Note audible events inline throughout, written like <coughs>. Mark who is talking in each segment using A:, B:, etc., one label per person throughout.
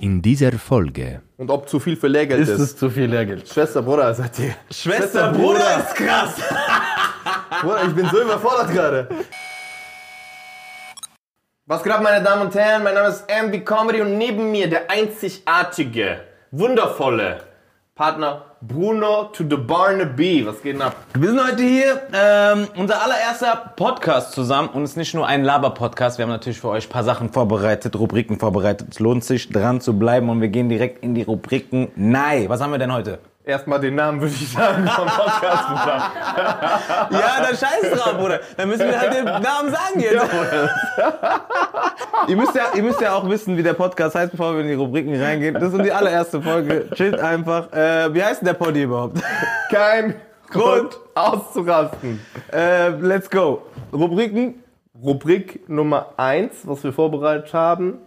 A: In dieser Folge
B: Und ob zu viel für Lehrgeld
C: Ist
B: ist.
C: es zu viel Lehrgeld?
B: Schwester, Bruder, seid ihr.
C: Schwester, Bruder, ist krass!
B: Bruder, ich bin so überfordert gerade. Was geht ab, meine Damen und Herren? Mein Name ist MB Comedy und neben mir der einzigartige, wundervolle Partner Bruno to the Barnaby. Was geht denn ab?
C: Wir sind heute hier, ähm, unser allererster Podcast zusammen und es ist nicht nur ein Laber-Podcast. Wir haben natürlich für euch ein paar Sachen vorbereitet, Rubriken vorbereitet. Es lohnt sich, dran zu bleiben und wir gehen direkt in die Rubriken. Nein, was haben wir denn heute?
B: Erstmal den Namen würde ich sagen vom Podcast.
C: <laughs> Ja, dann scheiß drauf, Bruder. Dann müssen wir halt den Namen sagen ne? jetzt. <laughs> ihr, müsst ja, ihr müsst ja auch wissen, wie der Podcast heißt, bevor wir in die Rubriken reingehen. Das ist die allererste Folge. Chillt einfach. Äh, wie heißt denn der Poddy überhaupt?
B: Kein
C: Grund.
B: Grund auszurasten.
C: Äh, let's go. Rubriken.
B: Rubrik Nummer 1, was wir vorbereitet haben,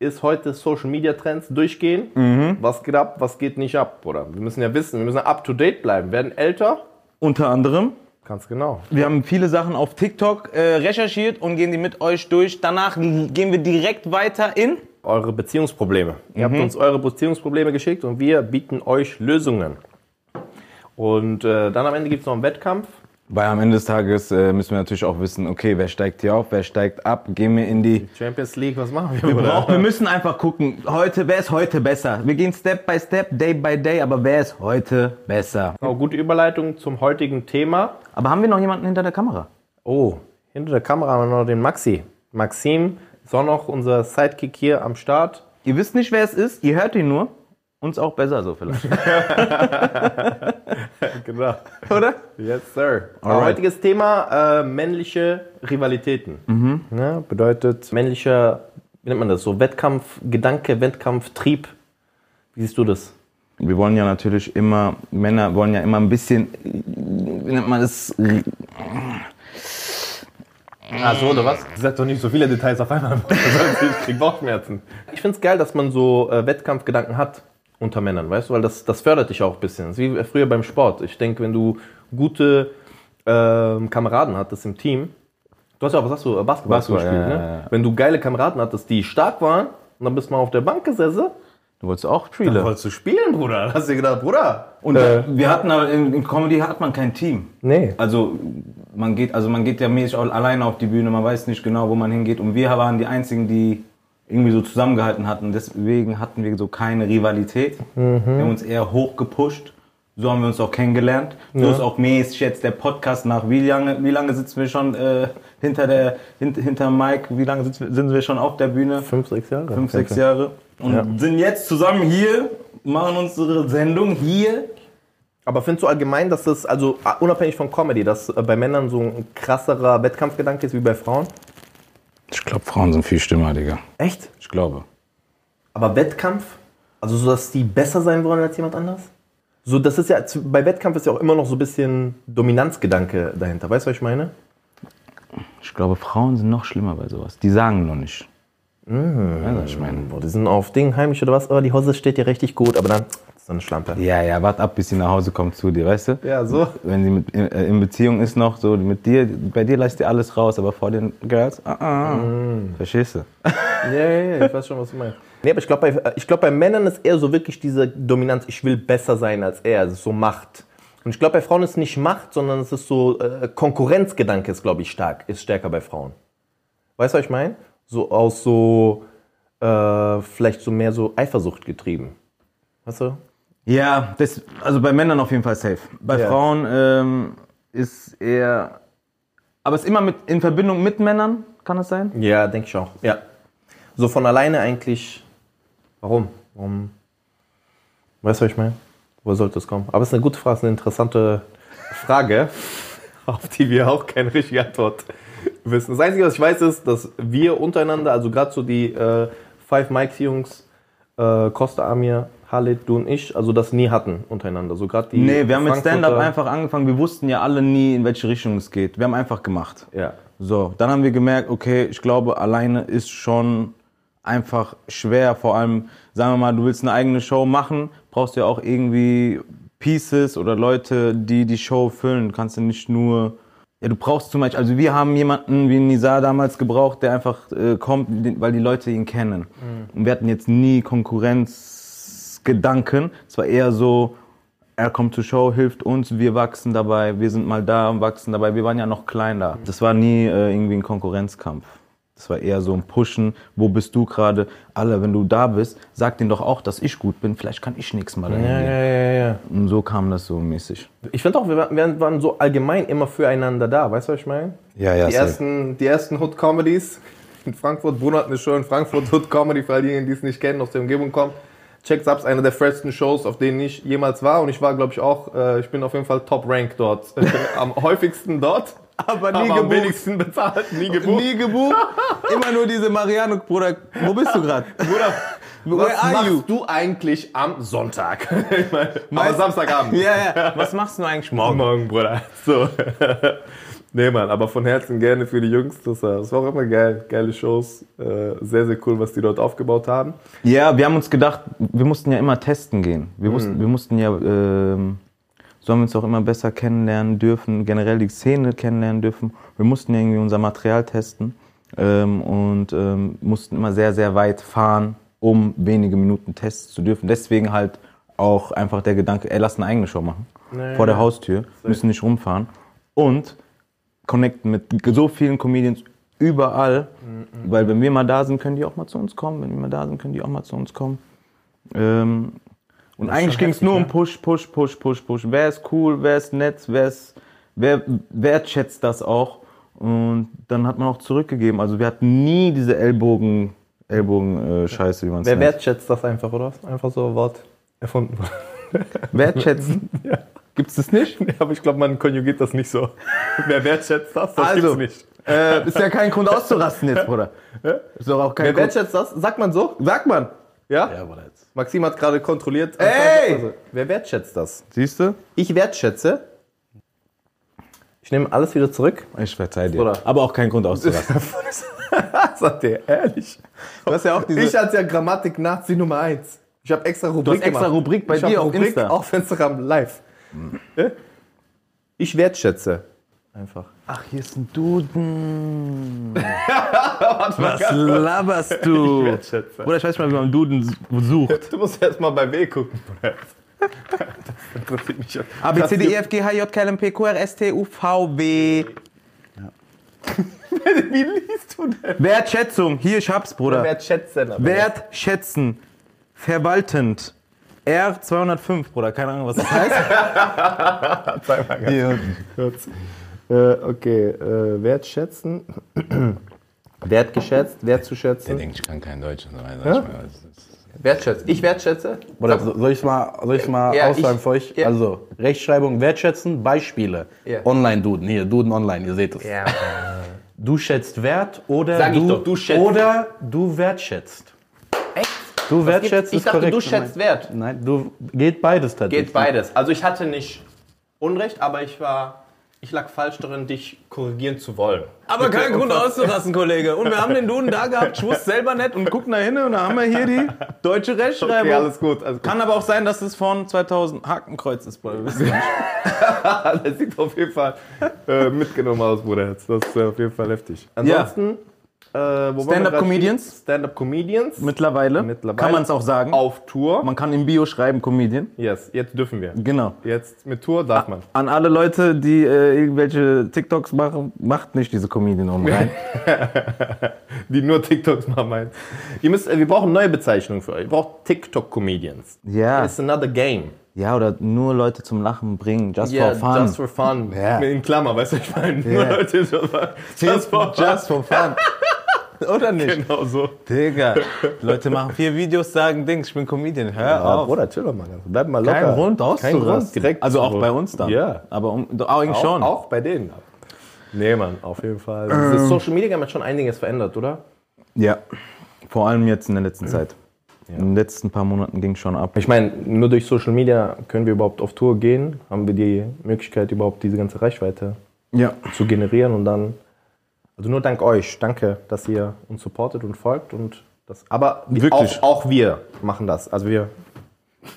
B: ist heute Social Media Trends durchgehen. Was geht ab, was geht nicht ab, oder? Wir müssen ja wissen, wir müssen up to date bleiben. Werden älter?
C: Unter anderem.
B: Ganz genau.
C: Wir haben viele Sachen auf TikTok äh, recherchiert und gehen die mit euch durch. Danach gehen wir direkt weiter in.
B: Eure Beziehungsprobleme. Ihr habt uns eure Beziehungsprobleme geschickt und wir bieten euch Lösungen. Und äh, dann am Ende gibt es noch einen Wettkampf.
C: Weil am Ende des Tages äh, müssen wir natürlich auch wissen, okay, wer steigt hier auf, wer steigt ab, gehen wir in die
B: Champions League, was machen wir? Wir,
C: Wir brauchen- wir müssen einfach gucken, heute, wer ist heute besser? Wir gehen Step by Step, Day by Day, aber wer ist heute besser?
B: Genau, gute Überleitung zum heutigen Thema.
C: Aber haben wir noch jemanden hinter der Kamera?
B: Oh, hinter der Kamera haben wir noch den Maxi. Maxim ist auch noch unser Sidekick hier am Start.
C: Ihr wisst nicht, wer es ist, ihr hört ihn nur. Uns auch besser so vielleicht,
B: <laughs> Genau.
C: oder?
B: Yes, sir. Unser
C: Alright.
B: heutiges Thema, äh, männliche Rivalitäten. Ne, bedeutet männlicher, wie nennt man das, so Wettkampfgedanke, Wettkampftrieb. Wie siehst du das?
C: Wir wollen ja natürlich immer, Männer wollen ja immer ein bisschen, wie nennt man das?
B: Ah, so oder was? Sag doch nicht so viele Details auf einmal. <laughs> ich krieg Bauchschmerzen. Ich find's geil, dass man so äh, Wettkampfgedanken hat unter Männern, weißt du? Weil das, das fördert dich auch ein bisschen. Das ist wie früher beim Sport. Ich denke, wenn du gute ähm, Kameraden hattest im Team, du hast ja auch, was hast du, äh, Basketball, hast du
C: Basketball,
B: gespielt,
C: ja,
B: ne?
C: ja, ja.
B: Wenn du geile Kameraden hattest, die stark waren, und dann bist du mal auf der Bank gesessen,
C: Du wolltest auch Trailer.
B: wolltest du spielen, Bruder. Dann hast du dir gedacht, Bruder.
C: Und wir hatten aber, in, in Comedy hat man kein Team.
B: Nee.
C: Also man geht, also man geht ja mäßig auch alleine auf die Bühne, man weiß nicht genau, wo man hingeht. Und wir waren die einzigen, die irgendwie so zusammengehalten hatten. Deswegen hatten wir so keine Rivalität. Wir haben uns eher hochgepusht. So haben wir uns auch kennengelernt. So ist auch mäßig jetzt der Podcast nach wie lange, wie lange sitzen wir schon äh, hinter der hint, hinter Mike, wie lange sitzen, wir- sind wir schon auf der Bühne?
B: Fünf, sechs Jahre.
C: Fünf, sechs Jahre. Und sind jetzt zusammen hier, machen unsere Sendung hier.
B: Aber findest du allgemein, dass das, also äh, unabhängig von Comedy, dass äh, bei Männern so ein krasserer Wettkampfgedanke ist wie bei Frauen?
C: Ich glaube, Frauen sind viel schlimmer, Digga.
B: Echt?
C: Ich glaube.
B: Aber Wettkampf? Also so, dass die besser sein wollen als jemand anders? So, das ist ja, zu- bei Wettkampf ist ja auch immer noch so ein bisschen Dominanzgedanke dahinter. Weißt du, was ich meine?
C: Ich glaube, Frauen sind noch schlimmer bei sowas. Die sagen nur nicht.
B: Mhm.
C: Weißt du, was ich meine.
B: Boah, die sind auf Ding heimisch oder was, aber die Hose steht dir richtig gut, aber dann ist so eine Schlampe.
C: Ja, ja, wart ab, bis sie nach Hause kommt zu dir, weißt du?
B: Ja, so.
C: Wenn sie mit, in, äh, in Beziehung ist noch, so mit dir, bei dir lässt ihr alles raus, aber vor den Girls, ah, ah.
B: Mhm.
C: Verstehst du?
B: Ja, ja, ja, ich weiß schon, was du meinst. Nee, aber ich glaube, bei, ich glaub, bei Männern ist eher so wirklich diese Dominanz, ich will besser sein als er, also so Macht. Und ich glaube, bei Frauen ist nicht Macht, sondern es ist so, äh, Konkurrenzgedanke ist, glaube ich, stark, ist stärker bei Frauen. Weißt du, was ich meine? So aus so, äh, vielleicht so mehr so Eifersucht getrieben. Weißt du?
C: Ja, das, also bei Männern auf jeden Fall safe. Bei
B: Ja.
C: Frauen ähm, ist eher, aber es ist immer mit, in Verbindung mit Männern, kann das sein?
B: Ja, denke ich auch, ja. So von alleine eigentlich, warum? Warum? Weißt du, was ich meine? Wo sollte das kommen? Aber es ist eine gute Frage, es ist eine interessante Frage, <laughs> auf die wir auch keine richtige Antwort wissen. Das Einzige, was ich weiß, ist, dass wir untereinander, also gerade so die äh, Five Mikes Jungs, äh, Costa Amir, Halit, du und ich, also das nie hatten untereinander. So gerade die.
C: Nee, wir haben mit Stand-Up
B: Frankfurter-
C: einfach angefangen. Wir wussten ja alle nie, in welche Richtung es geht. Wir haben einfach gemacht.
B: Ja.
C: So, dann haben wir gemerkt, okay, ich glaube, alleine ist schon einfach schwer. Vor allem, sagen wir mal, du willst eine eigene Show machen, brauchst du ja auch irgendwie Pieces oder Leute, die die Show füllen. Du kannst ja nicht nur Ja, du brauchst zum Beispiel, also wir haben jemanden wie Nizar damals gebraucht, der einfach äh, kommt, den- weil die Leute ihn kennen.
B: Mhm.
C: Und wir hatten jetzt nie Konkurrenzgedanken. Es war eher so, er kommt zur Show, hilft uns, wir wachsen dabei, wir sind mal da und wachsen dabei. Wir waren ja noch klein
B: Mhm.
C: da. Das war nie äh, irgendwie ein Konkurrenzkampf. Das war eher so ein Pushen, wo bist du gerade? Alle, wenn du da bist, sag denen doch auch, dass ich gut bin, vielleicht kann ich nächstes Mal dahin
B: Ja,
C: gehen.
B: ja, ja, ja.
C: Und so kam das so mäßig.
B: Ich finde auch, wir waren- wir waren so allgemein immer füreinander da, weißt du, was ich meine?
C: Ja, ja,
B: Die ersten, die ersten Hood Comedies in Frankfurt. Bruno hat eine Show in Frankfurt, Hood Comedy, für all diejenigen, die es nicht kennen, aus der Umgebung kommen. Checks Ups, eine der fresten Shows, auf denen ich jemals war. Und ich war, glaube ich, auch, äh, ich bin auf jeden Fall Top Rank dort. Ich <laughs> bin am häufigsten dort, aber nie
C: Aber am
B: gebucht. wenigsten bezahlt, nie gebucht.
C: Nie gebucht. Immer nur diese Mariano, Bruder. Wo bist du gerade?
B: Bruder,
C: Where
B: was
C: are
B: machst
C: you?
B: du eigentlich am Sonntag? <laughs> ich meine, aber
C: Meist-
B: Samstagabend.
C: Ja, ja. Was machst du eigentlich morgen?
B: Morgen, Bruder. <laughs> So. nee, Mann, aber von Herzen gerne für die Jungs. Das, äh, das war auch immer geil. Geile Shows. Äh, Sehr, sehr cool, was die dort aufgebaut haben.
C: Ja, wir haben uns gedacht, wir mussten ja immer testen gehen. Wir, mussten, wir mussten ja, ähm, so haben wir uns auch immer besser kennenlernen dürfen, generell die Szene kennenlernen dürfen. Wir mussten irgendwie unser Material testen ähm, und ähm, mussten immer sehr, sehr weit fahren, um wenige Minuten testen zu dürfen. Deswegen halt auch einfach der Gedanke, ey, lass eine eigene Show machen. Vor der Haustür, müssen nicht rumfahren. Und connecten mit so vielen Comedians überall, weil wenn wir mal da sind, können die auch mal zu uns kommen. Wenn wir mal da sind, können die auch mal zu uns kommen. Ähm, und eigentlich ging es nur um
B: ne?
C: Push, Push, Push, Push, Push. Wer ist cool, wer ist nett, wer, ist, wer wertschätzt das auch? Und dann hat man auch zurückgegeben. Also wir hatten nie diese Ellbogen, Ellbogen äh, Scheiße, wie man es
B: Wer
C: nennt.
B: wertschätzt das einfach, oder? Einfach so ein Wort erfunden <laughs> worden.
C: <laughs> Wertschätzen.
B: ja.
C: Gibt's das nicht?
B: Nee, aber ich glaube, man konjugiert das nicht so. <laughs> Wer wertschätzt das? Das
C: Also.
B: gibt's nicht.
C: äh, ist ja kein Grund auszurasten jetzt, Bruder. Ist doch auch kein
B: Wer
C: Grund.
B: wertschätzt das? Sagt man so?
C: Sagt man.
B: Ja?
C: Bruder, jetzt.
B: Maxim hat gerade kontrolliert.
C: Ey!
B: Also, wer wertschätzt das?
C: Siehst du?
B: Ich wertschätze. Ich nehme alles wieder zurück.
C: Ich verzeih dir.
B: Bruder.
C: Aber auch
B: <laughs>
C: kein Grund auszulassen.
B: Sagt ihr ehrlich?
C: Du hast ja auch diese.
B: Ich als ja Grammatik-Nazi Nummer 1. Ich habe extra Rubrik
C: hast extra
B: gemacht.
C: Rubrik bei
B: ich hab
C: dir auf
B: Rubrik
C: Insta.
B: auf Instagram live. Äh? Ich wertschätze. Einfach.
C: Ach, hier ist ein
B: <laughs>
C: Duden.
B: Was?
C: Was laberst du?
B: Ich wertschätze.
C: Bruder, ich weiß nicht mal, wie man Duden s-
B: <laughs>
C: sucht.
B: Du musst erst mal bei W gucken. Bruder. Das interessiert mich ja.
C: A, B, C, D, E, F, G, H, J, K, L, M, P, Q, R, S, T, U, V, W.
B: Wie liest du denn?
C: Wertschätzung. Hier, ich hab's, Bruder.
B: Wertschätzen. aber-
C: Wertschätzen. Verwaltend. R205, Bruder. Keine Ahnung, was das heißt.
B: <laughs> Zweimal ganz
C: Hier.
B: kurz. Äh, okay, äh, wertschätzen. Wertgeschätzt, wertzuschätzen.
A: denkt, ich kann kein Deutsch und so weiter.
B: Ja?
A: Ich meine, das ist-
B: Wertschätzen. Ich wertschätze.
D: Oder so- soll ich mal, soll ich's mal
B: Ja,
D: ausräumen
B: ich-
D: für euch?
B: ja.
D: Also, Rechtschreibung wertschätzen, Beispiele.
B: Ja.
D: Online-Duden, hier, Duden online, ihr seht es.
B: Ja.
D: Du schätzt Wert oder
B: Sag ich
D: du,
B: doch, du schätzt.
D: oder du wertschätzt.
B: Echt?
D: Du
B: gibt's?
D: wertschätzt
B: Ich
D: ist
B: dachte,
D: korrekt.
B: du schätzt Wert.
D: Nein, du geht beides tatsächlich.
B: Geht beides. Also ich hatte nicht Unrecht, aber ich war, ich lag falsch darin, dich korrigieren zu wollen.
C: Aber kein Grund auszulassen, Kollege. Und wir haben den Duden da gehabt. Ich wusste selber nicht. Und gucken da hin und da haben wir hier
B: <laughs>
C: die deutsche Rechtschreibung.
B: Okay, alles gut. Also Alles gut.
C: Kann aber auch sein, dass es von 2000 Hakenkreuz ist, Bruder. Wir wissen nicht.
B: das sieht auf jeden Fall äh, mitgenommen aus, Bruder. Jetzt. Das ist äh, auf jeden Fall heftig. Ansonsten, äh, wo waren wir
C: Stand-up
B: gerade
C: Comedians.
B: stehen? Stand-up Comedians.
C: Mittlerweile,
B: Mittlerweile.
C: kann man es auch sagen.
B: auf Tour.
C: Man kann im Bio schreiben, Comedian.
B: Yes, jetzt dürfen wir.
C: Genau.
B: Jetzt mit Tour darf man.
C: An alle Leute, die äh, irgendwelche TikToks machen, macht nicht diese Comedian um rein.
B: Die nur TikToks machen meinen. Ihr müsst, äh, wir brauchen neue Bezeichnungen für euch. Ihr braucht TikTok-Comedians.
C: <laughs> ja.
B: It's another game.
C: ja, oder nur Leute zum Lachen bringen, just
B: Yeah,
C: for fun.
B: just for fun.
C: Ja.
B: In Klammer, weißt du, ich meine, nur
C: Ja.
B: Leute, just for, just for fun.
C: Just for <laughs> fun. oder nicht?
B: Genau so.
C: Digga, Leute machen vier Videos, sagen Dings, ich bin Comedian, hör auf.
B: Genau, Bruder, chill doch mal ganz. Bleib mal
C: Kein
B: Kein
C: Grund
B: Grund,
C: auszurasten.
B: direkt.
C: Also auch bei uns dann.
B: Ja.
C: Aber um, doch, auch Ähm.
B: Auch,
C: schon.
B: auch bei denen. Nee, Mann, auf jeden Fall. Dieses Social Media Game hat schon einiges verändert, oder?
C: Ja. Vor allem jetzt in der letzten Zeit. In den letzten paar Monaten ging schon ab.
B: Ich meine, nur durch Social Media können wir überhaupt auf Tour gehen. Haben wir die Möglichkeit, überhaupt diese ganze Reichweite
C: Ja.
B: zu generieren und dann. Also nur dank euch. Danke, dass ihr uns supportet und folgt und das. Aber wir-
C: Wirklich.
B: Auch, auch wir <laughs> machen das. Also wir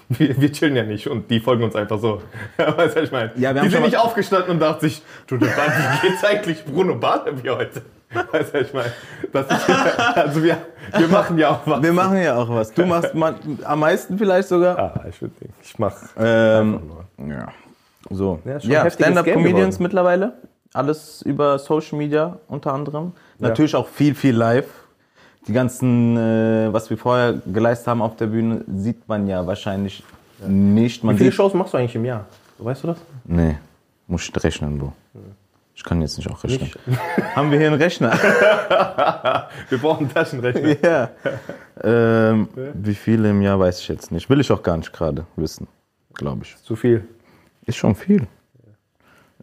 B: wir, wir chillen ja nicht und die folgen uns einfach so. <laughs> weißt du, was ich meine?
C: Ja, wir haben
B: die
C: schon
B: sind nicht
C: mal-
B: aufgestanden und dachten sich, du, du, Mann, <laughs> wie geht's eigentlich Bruno Barnaby heute? <laughs> Weißt du, was ich meine? Das ist, also wir, wir machen ja auch was.
C: Wir machen ja auch was. <laughs> Du machst mal, am meisten vielleicht sogar.
B: Ah, ich würde denken, ich mach.
C: Ähm, ja. So.
B: Ja,
C: Ja,
B: schon heftiges Game
C: Stand-up-Comedians
B: geworden.
C: mittlerweile. Alles über Social Media unter anderem. Natürlich auch viel, viel live. Die ganzen, äh, was wir vorher geleistet haben auf der Bühne, sieht man ja wahrscheinlich nicht. Man
B: Wie viele
C: sieht,
B: Shows machst du eigentlich im Jahr? Weißt du das?
C: nee, muss ich rechnen, Bro. Ich kann jetzt nicht auch rechnen. <laughs> Haben wir hier einen Rechner?
B: Wir brauchen einen Taschenrechner.
C: Ja. ähm, wie viele im Jahr weiß ich jetzt nicht. Will ich auch gar nicht gerade wissen, glaube ich.
B: Zu viel.
C: Ist schon viel.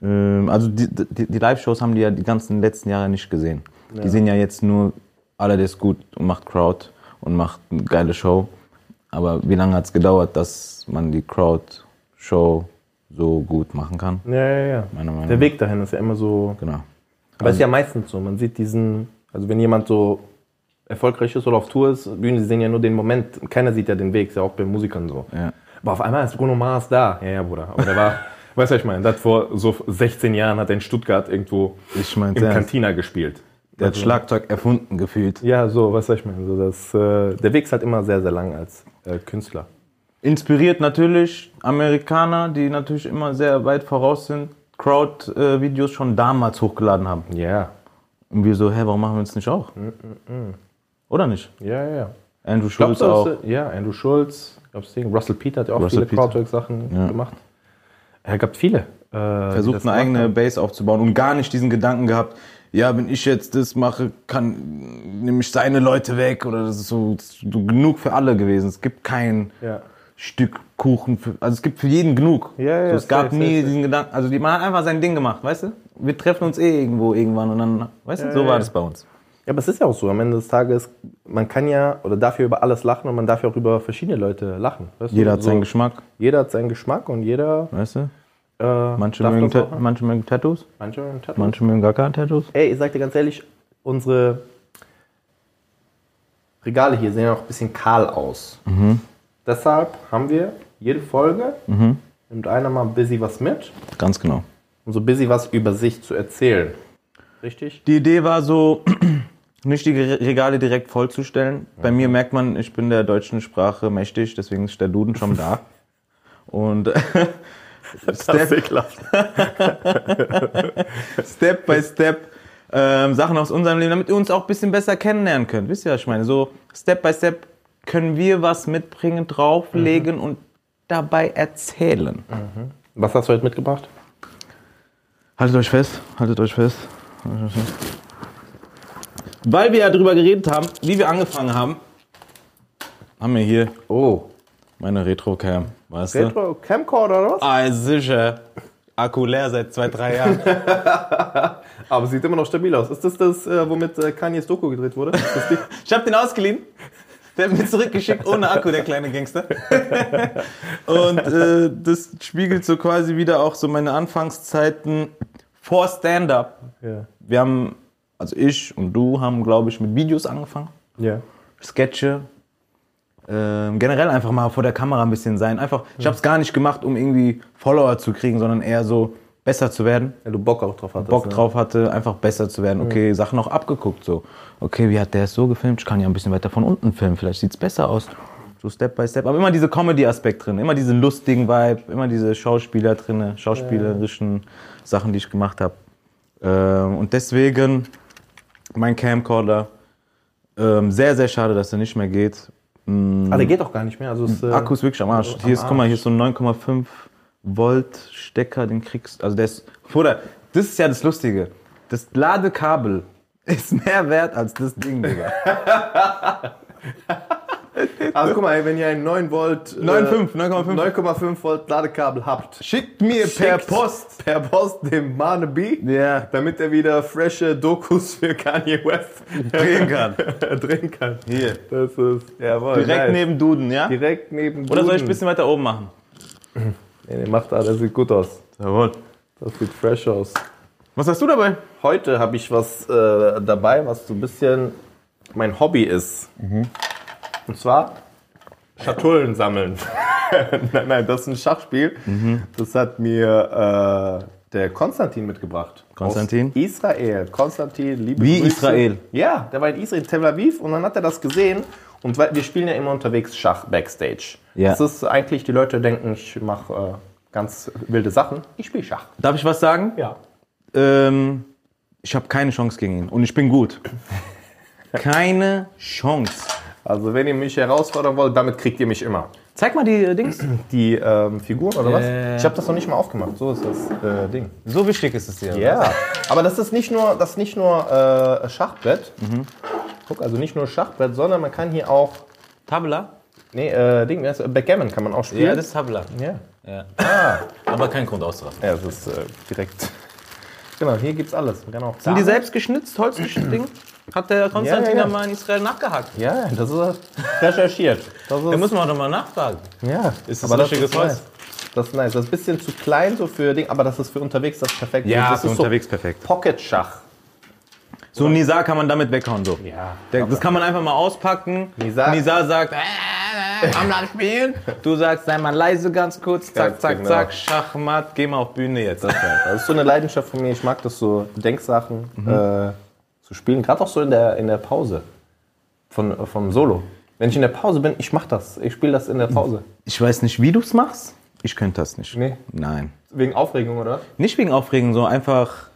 C: Ähm, also die, die, die Live-Shows haben die ja die ganzen letzten Jahre nicht gesehen. Die sehen ja jetzt nur, aller der ist gut und macht Crowd und macht eine geile Show. Aber wie lange hat es gedauert, dass man die Crowd-Show so gut machen kann?
B: Ja, ja, ja.
C: Meiner Meinung
B: Der Weg dahin ist ja immer so.
C: Genau.
B: Aber es ist ja meistens so. Man sieht diesen, also wenn jemand so erfolgreich ist oder auf Tour ist, Bühne, sie sehen ja nur den Moment. Keiner sieht ja den Weg, ist ja auch bei Musikern so.
C: Ja.
B: Aber auf einmal ist Bruno Mars da. Ja, ja, Bruder. Aber der war, <laughs> weißt du, was ich meine? Der hat vor so 16 Jahren hat er in Stuttgart irgendwo
C: Ich meinte,
B: im
C: der,
B: Cantina gespielt.
C: der hat Schlagzeug erfunden gefühlt.
B: Ja, so, weißt du, was ich meine? So, das, äh, der Weg ist halt immer sehr, sehr lang als äh, Künstler.
C: Inspiriert natürlich Amerikaner, die natürlich immer sehr weit voraus sind, Crowd-Videos schon damals hochgeladen haben.
B: Ja,
C: Und wir so, hä, warum machen wir uns nicht auch? Oder nicht?
B: ja, ja, ja.
C: Andrew
B: Glaubst
C: Schulz
B: du,
C: auch.
B: dass, äh, ja, Andrew Schulz, glaubst du, Russell Peter hat ja auch
C: Russell
B: viele
C: Peter.
B: Crowdwork-Sachen gemacht. Er gab viele. äh, die
C: versucht
B: das
C: eine
B: gemacht
C: eigene
B: haben.
C: Base aufzubauen und gar nicht diesen Gedanken gehabt, ja, wenn ich jetzt das mache, kann nehme ich seine Leute weg oder das ist so, das ist so genug für alle gewesen. Es gibt kein
B: Ja.
C: Stück Kuchen, für, also es gibt für jeden genug.
B: Ja, ja,
C: so, es gab
B: safe,
C: nie
B: safe,
C: diesen Gedanken, also die, man hat einfach sein Ding gemacht, weißt du? Wir treffen uns eh irgendwo irgendwann und dann, weißt du, so war
B: ja.
C: das bei uns.
B: Ja, aber es ist ja auch so, am Ende des Tages, man kann ja oder darf ja über alles lachen und man darf ja auch über verschiedene Leute lachen. weißt du?
C: Jeder hat
B: so,
C: seinen Geschmack,
B: Jeder hat seinen Geschmack und jeder.
C: weißt du?
B: Äh,
C: Manche
B: darf
C: mögen,
B: das
C: Ta
B: auch machen.
C: manche mögen Tattoos,
B: manche mögen Tattoo.
C: manche mögen gar keine Tattoos.
B: Ey, ich sag dir ganz ehrlich, unsere Regale hier sehen ja auch ein bisschen kahl aus.
C: Mhm.
B: Deshalb haben wir jede Folge, nimmt einer mal ein bisschen was mit,
C: Ganz genau.
B: um so ein bisschen was über sich zu erzählen. Richtig?
C: Die Idee war so, <clears throat> nicht die Re- Regale direkt vollzustellen. Bei mir merkt man, ich bin der deutschen Sprache mächtig, deswegen ist der Duden schon da. Und <laughs> Step,
B: klar.
C: <laughs> Step by Step ähm, Sachen aus unserem Leben, damit ihr uns auch ein bisschen besser kennenlernen könnt. Wisst ihr, was ich meine? So Step by Step können wir was mitbringen, drauflegen und dabei erzählen.
B: Was hast du heute mitgebracht?
C: Haltet euch fest, haltet euch fest. haltet euch fest. Weil wir ja drüber geredet haben, wie wir angefangen haben, haben wir hier
B: Oh, meine
C: eine Retro-Cam, weißt du?
B: Retro Camcorder oder was?
C: Ah, ist sicher. Akku leer seit zwei, drei Jahren.
B: Aber sieht immer noch stabil aus. Ist das das, äh, womit äh, Kanye's Doku gedreht wurde?
C: <laughs>
B: Ist das die?
C: Ich hab den ausgeliehen. Der hat mir zurückgeschickt, ohne Akku, der kleine Gangster. <laughs> Und äh, das spiegelt so quasi wieder auch so meine Anfangszeiten vor Stand-Up.
B: ja.
C: Wir haben, also ich und du haben, glaube ich, mit Videos angefangen.
B: ja.
C: Sketche. Ähm, generell einfach mal vor der Kamera ein bisschen sein. Einfach, ich habe es gar nicht gemacht, um irgendwie Follower zu kriegen, sondern eher so besser zu werden.
B: Wenn du Bock auch drauf hattest.
C: Bock
B: ne?
C: drauf hatte, einfach besser zu werden. Okay, Sachen auch abgeguckt so. Okay, wie hat der es so gefilmt? Ich kann ja ein bisschen weiter von unten filmen, vielleicht sieht es besser aus. So Step by Step. Aber immer diese Comedy-Aspekt drin, immer diesen lustigen Vibe, immer diese Schauspieler drin, schauspielerischen Sachen, die ich gemacht habe. Ähm, und deswegen mein Camcorder. Ähm, sehr, sehr schade, dass er nicht mehr geht.
B: Ah, der geht auch gar nicht mehr. Also ist, äh,
C: Akku ist wirklich am Arsch.
B: am
C: Hier ist, guck mal,
B: Arsch.
C: hier ist so ein 9,5 Volt Stecker, den kriegst also der ist, Bruder, das ist ja das Lustige. Das Ladekabel <laughs> ist mehr wert als das Ding, <laughs> Digga. Äh,
B: Also guck mal, ey, wenn ihr einen 9 Volt, äh,
C: 9,5, 9,5.
B: 9,5 Volt Ladekabel habt,
C: Schickt mir per
B: schickt
C: Post.
B: per Post dem Mane B,
C: Ja.
B: damit er wieder frische Dokus für Kanye West
C: Drehen kann.
B: <laughs> drehen kann.
C: Hier.
B: Das ist jawohl,
C: Direkt
B: nice.
C: neben Duden, ja?
B: direkt neben
C: Oder soll ich
B: Duden.
C: ein bisschen weiter oben machen?
B: Nee, nee, macht alles, das sieht gut aus.
C: Jawohl.
B: Das sieht fresh aus.
C: Was hast du dabei?
B: Heute habe ich was äh, dabei, was so ein bisschen mein Hobby ist. Und zwar Schatullen sammeln. <laughs> nein, nein, das ist ein Schachspiel. Das hat mir äh, der Konstantin mitgebracht.
C: Konstantin?
B: Aus Israel. Konstantin, liebe
C: Wie
B: Grüße.
C: Israel?
B: Ja, der war in Israel, Tel Aviv. Und dann hat er das gesehen. Und weil, wir spielen ja immer unterwegs Schach backstage.
C: Ja.
B: Das ist eigentlich, die Leute denken, ich mache äh, ganz wilde Sachen. Ich spiele Schach.
C: Darf ich was sagen?
B: Ja.
C: Ähm, ich habe keine Chance gegen ihn und ich bin <laughs> gut. Keine Chance.
B: Also wenn ihr mich herausfordern wollt, damit kriegt ihr mich immer.
C: Zeig mal die äh, <clears throat> Dings.
B: Die ähm, Figuren oder
C: Äh.
B: was? Ich habe das noch nicht mal aufgemacht. So ist das äh, Ding.
C: So wichtig ist es dir.
B: Ja, aber das ist nicht nur, das ist nicht nur äh, Schachbrett.
C: Mhm.
B: Guck, also nicht nur Schachbrett, sondern man kann hier auch,
C: Tabla?
B: nee, äh, Ding, wie heißt das? Backgammon kann man auch spielen.
C: Ja, das ist Tabla.
B: ja.
C: Aber kein Grund auszurasten.
B: ja das ist äh, direkt. <laughs> Genau, hier gibt's alles. Man kann auch
C: Sind die selbst geschnitzt, <clears throat> holzgeschnitzt Ding? Hat der Konstantin
B: Ja, ja, ja.
C: mal in Israel nachgehakt.
B: Ja, ja, das ist äh, recherchiert. Das
C: Da
B: ist,
C: müssen wir doch mal nachfragen.
B: ja,
C: Ist das
B: aber das
C: richtiges
B: ist
C: Holz?
B: nice. Das ist nice. Das ist ein bisschen zu klein so für Ding, aber das ist für unterwegs das perfekte. das ist
C: perfekt.
B: So Pocket-Schach.
C: So ein Nizar kann man damit weghauen. So.
B: Ja.
C: Der, das kann man einfach mal auspacken.
B: Nizar-
C: Nizar sagt, äh, äh, am Land spielen. Du sagst, sei mal leise ganz kurz. Zack,
B: Ganz
C: zack,
B: genau.
C: zack. Schachmatt, geh mal auf Bühne jetzt.
B: Das ist so eine Leidenschaft von mir. Ich mag das so, Denksachen
C: Mhm.
B: äh, zu spielen. Gerade auch so in der, in der Pause von, vom Solo. Wenn ich in der Pause bin, ich mach das. Ich spiele das in der Pause.
C: Ich weiß nicht, wie du es machst. Ich könnte das nicht.
B: Nee.
C: Nein.
B: Wegen Aufregung, oder?
C: Nicht wegen Aufregen, so einfach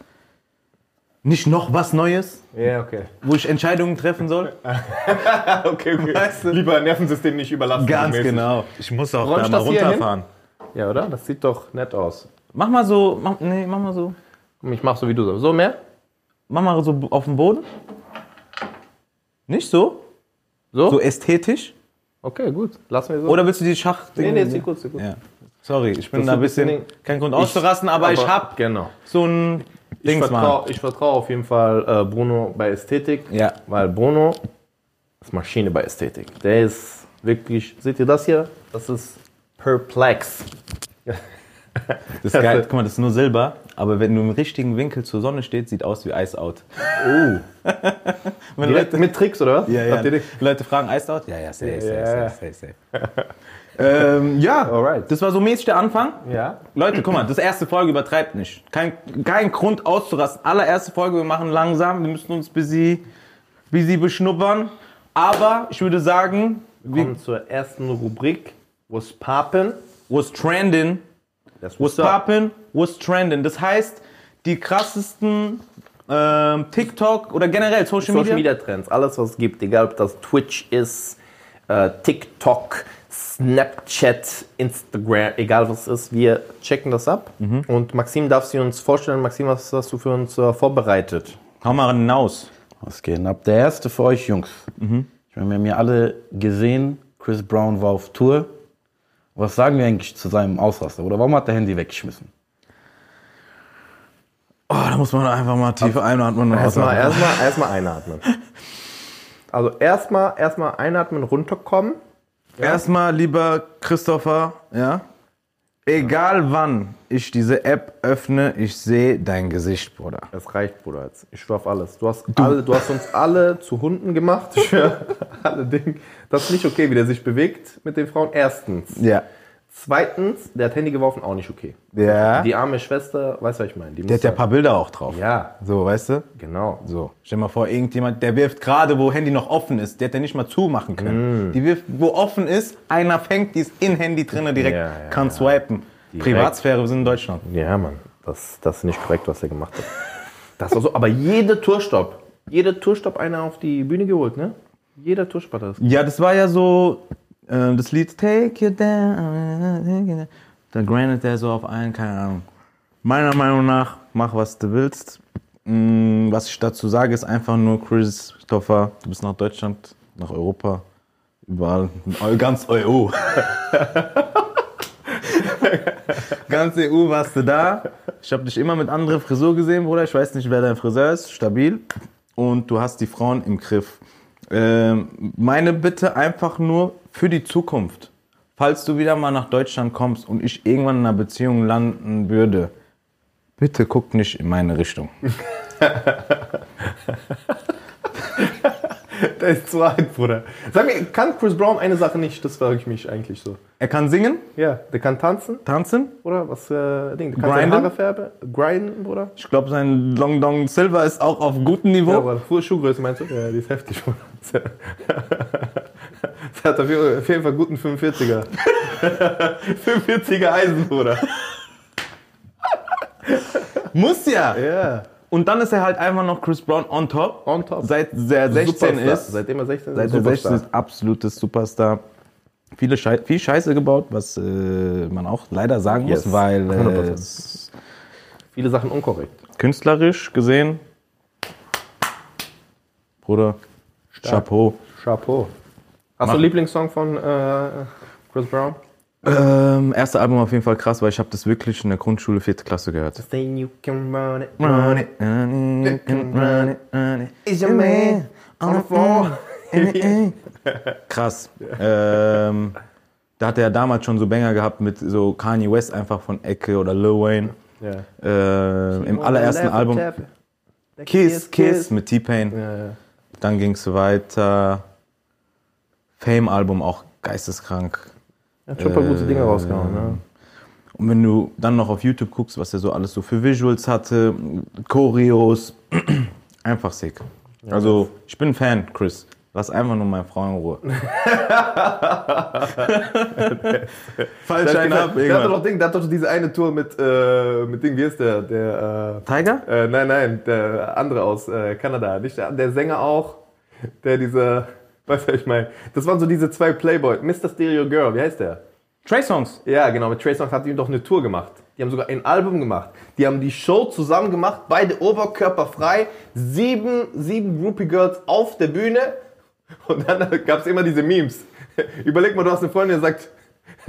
C: nicht noch was Neues,
B: Ja, okay.
C: wo ich Entscheidungen treffen soll.
B: <laughs> okay, okay. Lieber Nervensystem nicht überlassen.
C: genau. Ich muss auch
B: Räumst
C: da mal
B: das hier hin?
C: runterfahren.
B: Ja, oder? Das sieht doch nett aus.
C: Mach mal so, mach, nee, mach mal so.
B: Ich mach so wie du. so. So mehr?
C: Mach mal so auf den Boden. Nicht so?
B: So?
C: So ästhetisch?
B: Okay, gut. Lassen wir so.
C: Oder willst du die Schach...
B: Nee, nee, sieht gut, sieht gut.
C: Ja. Sorry, ich bin
B: Das
C: da
B: ist
C: ein
B: ein bisschen-
C: bisschen... Kein Grund auszurasten, aber, ich hab
B: Genau.
C: so ein
B: Ich
C: Dings, Mann.
B: vertraue ich vertrau auf jeden Fall äh, Bruno bei Ästhetik.
C: Ja.
B: Weil Bruno ist Maschine bei Ästhetik. Der ist wirklich, seht ihr das hier? Das ist perplex.
C: Das ist geil.
B: <laughs>
C: Guck mal, das ist nur Silber, aber wenn du im richtigen Winkel zur Sonne stehst, sieht aus wie Ice Out.
B: Oh.
C: Wenn
B: Direkt <laughs>
C: Leute,
B: mit Tricks, oder was?
C: Uh. ja, ja.
B: Habt ihr den-
C: Leute fragen, Ice Out? Ja, ja, safe, safe,
B: Ja.
C: safe, safe.
B: <laughs>
C: safe. ähm, ja,
B: Alright.
C: das war so mäßig der Anfang.
B: Ja.
C: Leute, guck mal, das erste Folge übertreibt nicht. Kein, kein Grund auszurasten. Allererste Folge, wir machen langsam, wir müssen uns busy, busy beschnuppern. Aber ich würde sagen,
B: Wir
C: wir
B: kommen zur ersten Rubrik. Was poppin?
C: was trending,
B: Das
C: was poppin, was trending. Das heißt, die krassesten ähm, TikTok oder generell Social,
B: Social
C: Media.
B: Media Trends, alles was es gibt, egal ob das Twitch ist, äh, TikTok, Snapchat, Instagram, egal was es ist, wir checken das ab. Und Maxim darf sie uns vorstellen. Maxim, was hast du für uns äh, vorbereitet?
C: Hau mal hinaus.
D: Was geht denn ab? Der erste für euch, Jungs.
B: Mhm.
D: Ich meine, wir haben ja alle gesehen, Chris Brown war auf Tour. Was sagen wir eigentlich zu seinem Ausraster? Oder warum hat er Handy weggeschmissen?
C: Oh, da muss man einfach mal tief einatmen und
B: Erstmal,
C: ausatmen.
B: erstmal, erstmal einatmen. Also erstmal, erstmal einatmen, runterkommen.
C: Erstmal, lieber Christopher, ja? Egal wann ich diese App öffne, ich sehe dein Gesicht, Bruder.
B: Das reicht, Bruder. Jetzt. Ich schwör auf alles. Du hast, alle, du hast uns alle zu Hunden gemacht. Ich <laughs> schwör, alle Dinge. Das ist nicht okay, wie der sich bewegt mit den Frauen. Erstens.
C: Ja.
B: Zweitens, der hat Handy geworfen, auch nicht okay.
C: Ja.
B: Die arme Schwester, weißt du, was ich meine? Die
C: Der hat ja ein paar Bilder auch drauf.
B: ja,
C: So, weißt du?
B: genau.
C: So. Stell mal vor, irgendjemand, der wirft gerade, wo Handy noch offen ist, der hätte nicht mal zumachen können.
B: Mm.
C: Die wirft, wo offen ist, einer fängt, die ist in Handy drinne direkt,
B: Ja, ja,
C: kann swipen. Privatsphäre, wir sind in Deutschland.
B: Ja, Mann, das, das ist nicht korrekt, was er gemacht hat. Das war so, aber jede Tourstopp, jede Tourstopp einer auf die Bühne geholt, ne? Jeder Tourstopp hat das.
C: Ja, das war ja so äh, das Lied Take You Down. Take you down. Da grandet der so auf einen, keine Ahnung. Meiner Meinung nach, mach was du willst. Mm, was ich dazu sage, ist einfach nur, Christopher, du bist nach Deutschland, nach Europa, überall, <laughs> in ganz E EU. <laughs> ganz EU warst du da. Ich habe dich immer mit anderer Frisur gesehen, Bruder. Ich weiß nicht, wer dein Friseur ist. Stabil. Und du hast die Frauen im Griff. Ähm, meine Bitte einfach nur für die Zukunft. Falls du wieder mal nach Deutschland kommst und ich irgendwann in einer Beziehung landen würde, bitte guck nicht in meine Richtung.
B: da ist zu alt, Bruder. Sag mir, kann Chris Brown eine Sache nicht? Das frage ich mich eigentlich so.
C: Er kann singen,
B: Ja, der kann tanzen,
C: tanzen.
B: oder? Was, äh, Ding, der kann seine
C: Grinden?
B: Haare färben, grinden, Bruder.
C: Ich glaube, sein Long Dong Silver ist auch auf gutem
B: Ja,
C: Niveau.
B: Bruder, Fuhr Schuhgröße meinst du? Ja, die ist heftig, <laughs> Bruder. Der hat auf jeden auf jeden Fall guten <laughs> 45er. 45er Eisen, <laughs> Bruder.
C: Muss ja.
B: Ja.
C: Und dann ist er halt einfach noch Chris Brown on top.
B: On top.
C: Seit er 16
B: Superstar.
C: ist.
B: Seitdem er 16 ist.
C: Seit er 16
B: Superstar.
C: ist absolutes Superstar. Viele Schei viel Scheiße gebaut, was äh, man auch leider sagen
B: Yes.
C: muss, weil äh,
B: 100%. Viele Sachen unkorrekt.
C: künstlerisch gesehen, Bruder, Chapeau.
B: Chapeau. Hast du einen Lieblingssong von äh, Chris Brown?
C: Ähm, erste Album auf jeden Fall krass, weil ich habe das wirklich in der Grundschule vierte Klasse gehört.
B: Then you can run it.
C: Run it, run it, run it, run it.
B: Is your man on the floor?
C: Krass. Ähm, da hat er ja damals schon so Banger gehabt mit so Kanye West einfach von Ecke oder Lil Wayne.
B: Ja.
C: Ähm, Im allerersten Album Kiss, Kiss mit T-Pain.
B: Ja, ja.
C: Dann ging es weiter. Fame-Album auch geisteskrank.
B: Hat schon ein paar gute Dinge rausgehauen, ne?
C: Und wenn du dann noch auf YouTube guckst, was er so alles so für Visuals hatte, Choreos, <clears throat> einfach sick. also, ich bin ein Fan, Chris. Lass einfach nur meine Frau in
B: <laughs>
C: Ruhe. Falsch
B: Der hat, gesagt,
C: einen ab,
B: der hatte
C: irgendwann.
B: doch Ding, der hat doch diese eine Tour mit, äh, mit Ding, wie ist der? Der,
C: Tiger?
B: äh, äh, nein, nein, der andere aus äh, Kanada. Nicht der, der Sänger auch, der diese, <laughs> weißt du, was ich meine? Das waren so diese zwei Playboy, Mr. Stereo Girl, wie heißt der?
C: Trey Songs.
B: Ja, genau, mit Trey Songz hat die doch eine Tour gemacht. Die haben sogar ein Album gemacht. Die haben die Show zusammen gemacht, beide Oberkörper frei, sieben, sieben Groupie Girls auf der Bühne. Und dann <laughs> gab's immer diese Memes. Überleg mal, du hast eine Freundin, die sagt,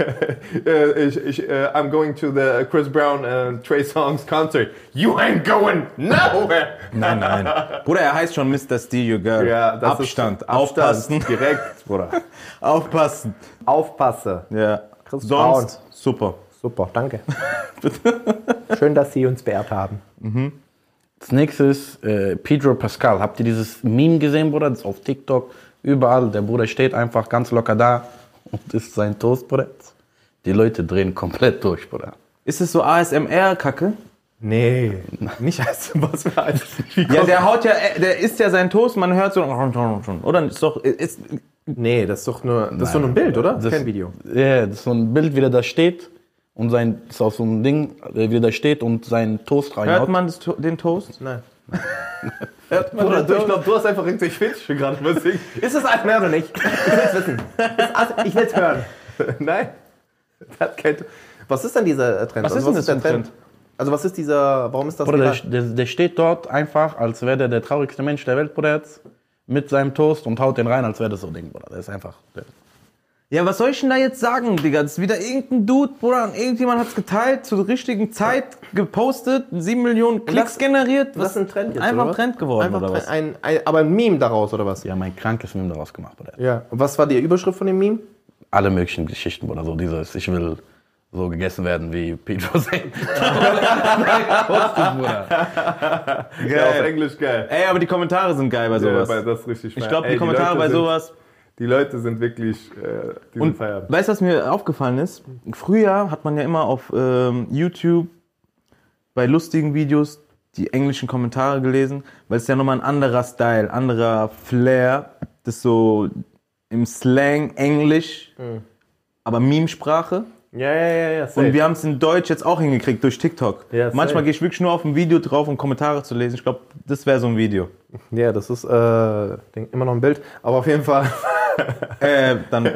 B: <laughs> äh, ich, ich, äh, I'm going to the Chris Brown and Trey Songz concert. You ain't going nowhere.
C: Nein, nein. Bruder, er heißt schon Mr. Steal Your
B: <laughs>
C: Girl.
B: Ja, das ist-
C: Abstand,
B: Aufpassen.
C: aufpassen,
B: <laughs> Direkt,
C: <laughs>
B: Bruder.
C: aufpassen.
B: Aufpasse.
C: Ja.
B: Chris
C: Sonst, super.
B: Super,
C: <laughs>
B: danke. Schön, dass Sie uns beehrt haben.
D: Als nächstes äh, Pedro Pascal. Habt ihr dieses Meme gesehen, Bruder? Das ist auf TikTok, überall. Der Bruder steht einfach ganz locker da und isst sein Toast, Bruder. Die Leute drehen komplett durch, Bruder.
C: Ist es so ASMR-Kacke?
B: Nee, nicht als <laughs> was für ein.
C: Ja,
B: Oh.
C: der haut ja, äh, der isst ja seinen Toast, man hört so. Oder ist doch. Ist,
B: nee, das ist doch nur, das ist doch nur ein Bild, oder? Das ist kein Video.
D: Ja, das ist so ein Bild, wie der da steht und sein, ist auf so einem Ding, äh, wie der da steht und seinen Toast
C: hört
D: reinhaut.
C: man das, To- den Toast?
B: Nein.
C: <laughs> Hört man
B: Oder
C: den
B: du, ich
C: Toast?
B: glaube, du hast einfach irgendwelche Fetische gerade. Deswegen. Ist das ASMR oder nicht? Ich will's wissen. Ist ASMR Ich will's hören. <laughs> Nein. Das hat kein, was ist denn dieser äh, Trend?
C: Was ist denn das
B: der
C: für ein
B: Also was ist dieser, warum ist das
D: Bruder,
B: viral?
D: der, der, der steht dort einfach, als wäre der der traurigste Mensch der Welt, Bruder, jetzt, mit seinem Toast und haut den rein, als wäre das so ein Ding, Bruder. Der ist einfach. Der,
C: Ja, was soll ich denn da jetzt sagen, Digga? Das ist wieder irgendein Dude, Bruder. Und irgendjemand hat's geteilt, zur richtigen Zeit gepostet, 7 Millionen Klicks generiert.
B: das ist ein Trend jetzt,
C: Einfach
B: oder was?
C: Trend geworden,
B: Einfach
C: oder was?
B: Ein, ein, aber ein Meme daraus, oder was?
D: die haben ein krankes Meme daraus gemacht, Bruder.
B: Ja. Und was war die Überschrift von dem Meme?
D: alle möglichen Geschichten oder so. Dieses, ich will so gegessen werden wie <laughs> Pedro Saint.
B: Ja, auf Englisch geil.
C: Ey, aber die Kommentare sind geil bei sowas.
B: Ja, das ist richtig
C: ich
B: fein.
C: glaube,
B: Ey,
C: die Kommentare
B: Leute
C: bei
B: sind-
C: sowas.
B: Die Leute sind wirklich, äh, die sind
C: Und
B: Feierabend.
C: weißt du, was mir aufgefallen ist? Früher hat man ja immer auf ähm, YouTube bei lustigen Videos die englischen Kommentare gelesen, weil es ja nochmal ein anderer Style, anderer Flair, das so im Slang Englisch,
B: Mhm.
C: aber Memesprache.
B: Ja, ja, ja, ja.
C: Und wir haben es in Deutsch jetzt auch hingekriegt durch TikTok.
B: Ja, safe.
C: Manchmal gehe ich wirklich nur auf ein Video drauf, um Kommentare zu lesen. Ich glaube, das wäre so ein Video.
B: ja, das ist äh, denk, immer noch ein Bild. Aber auf jeden Fall.
C: Äh, dann.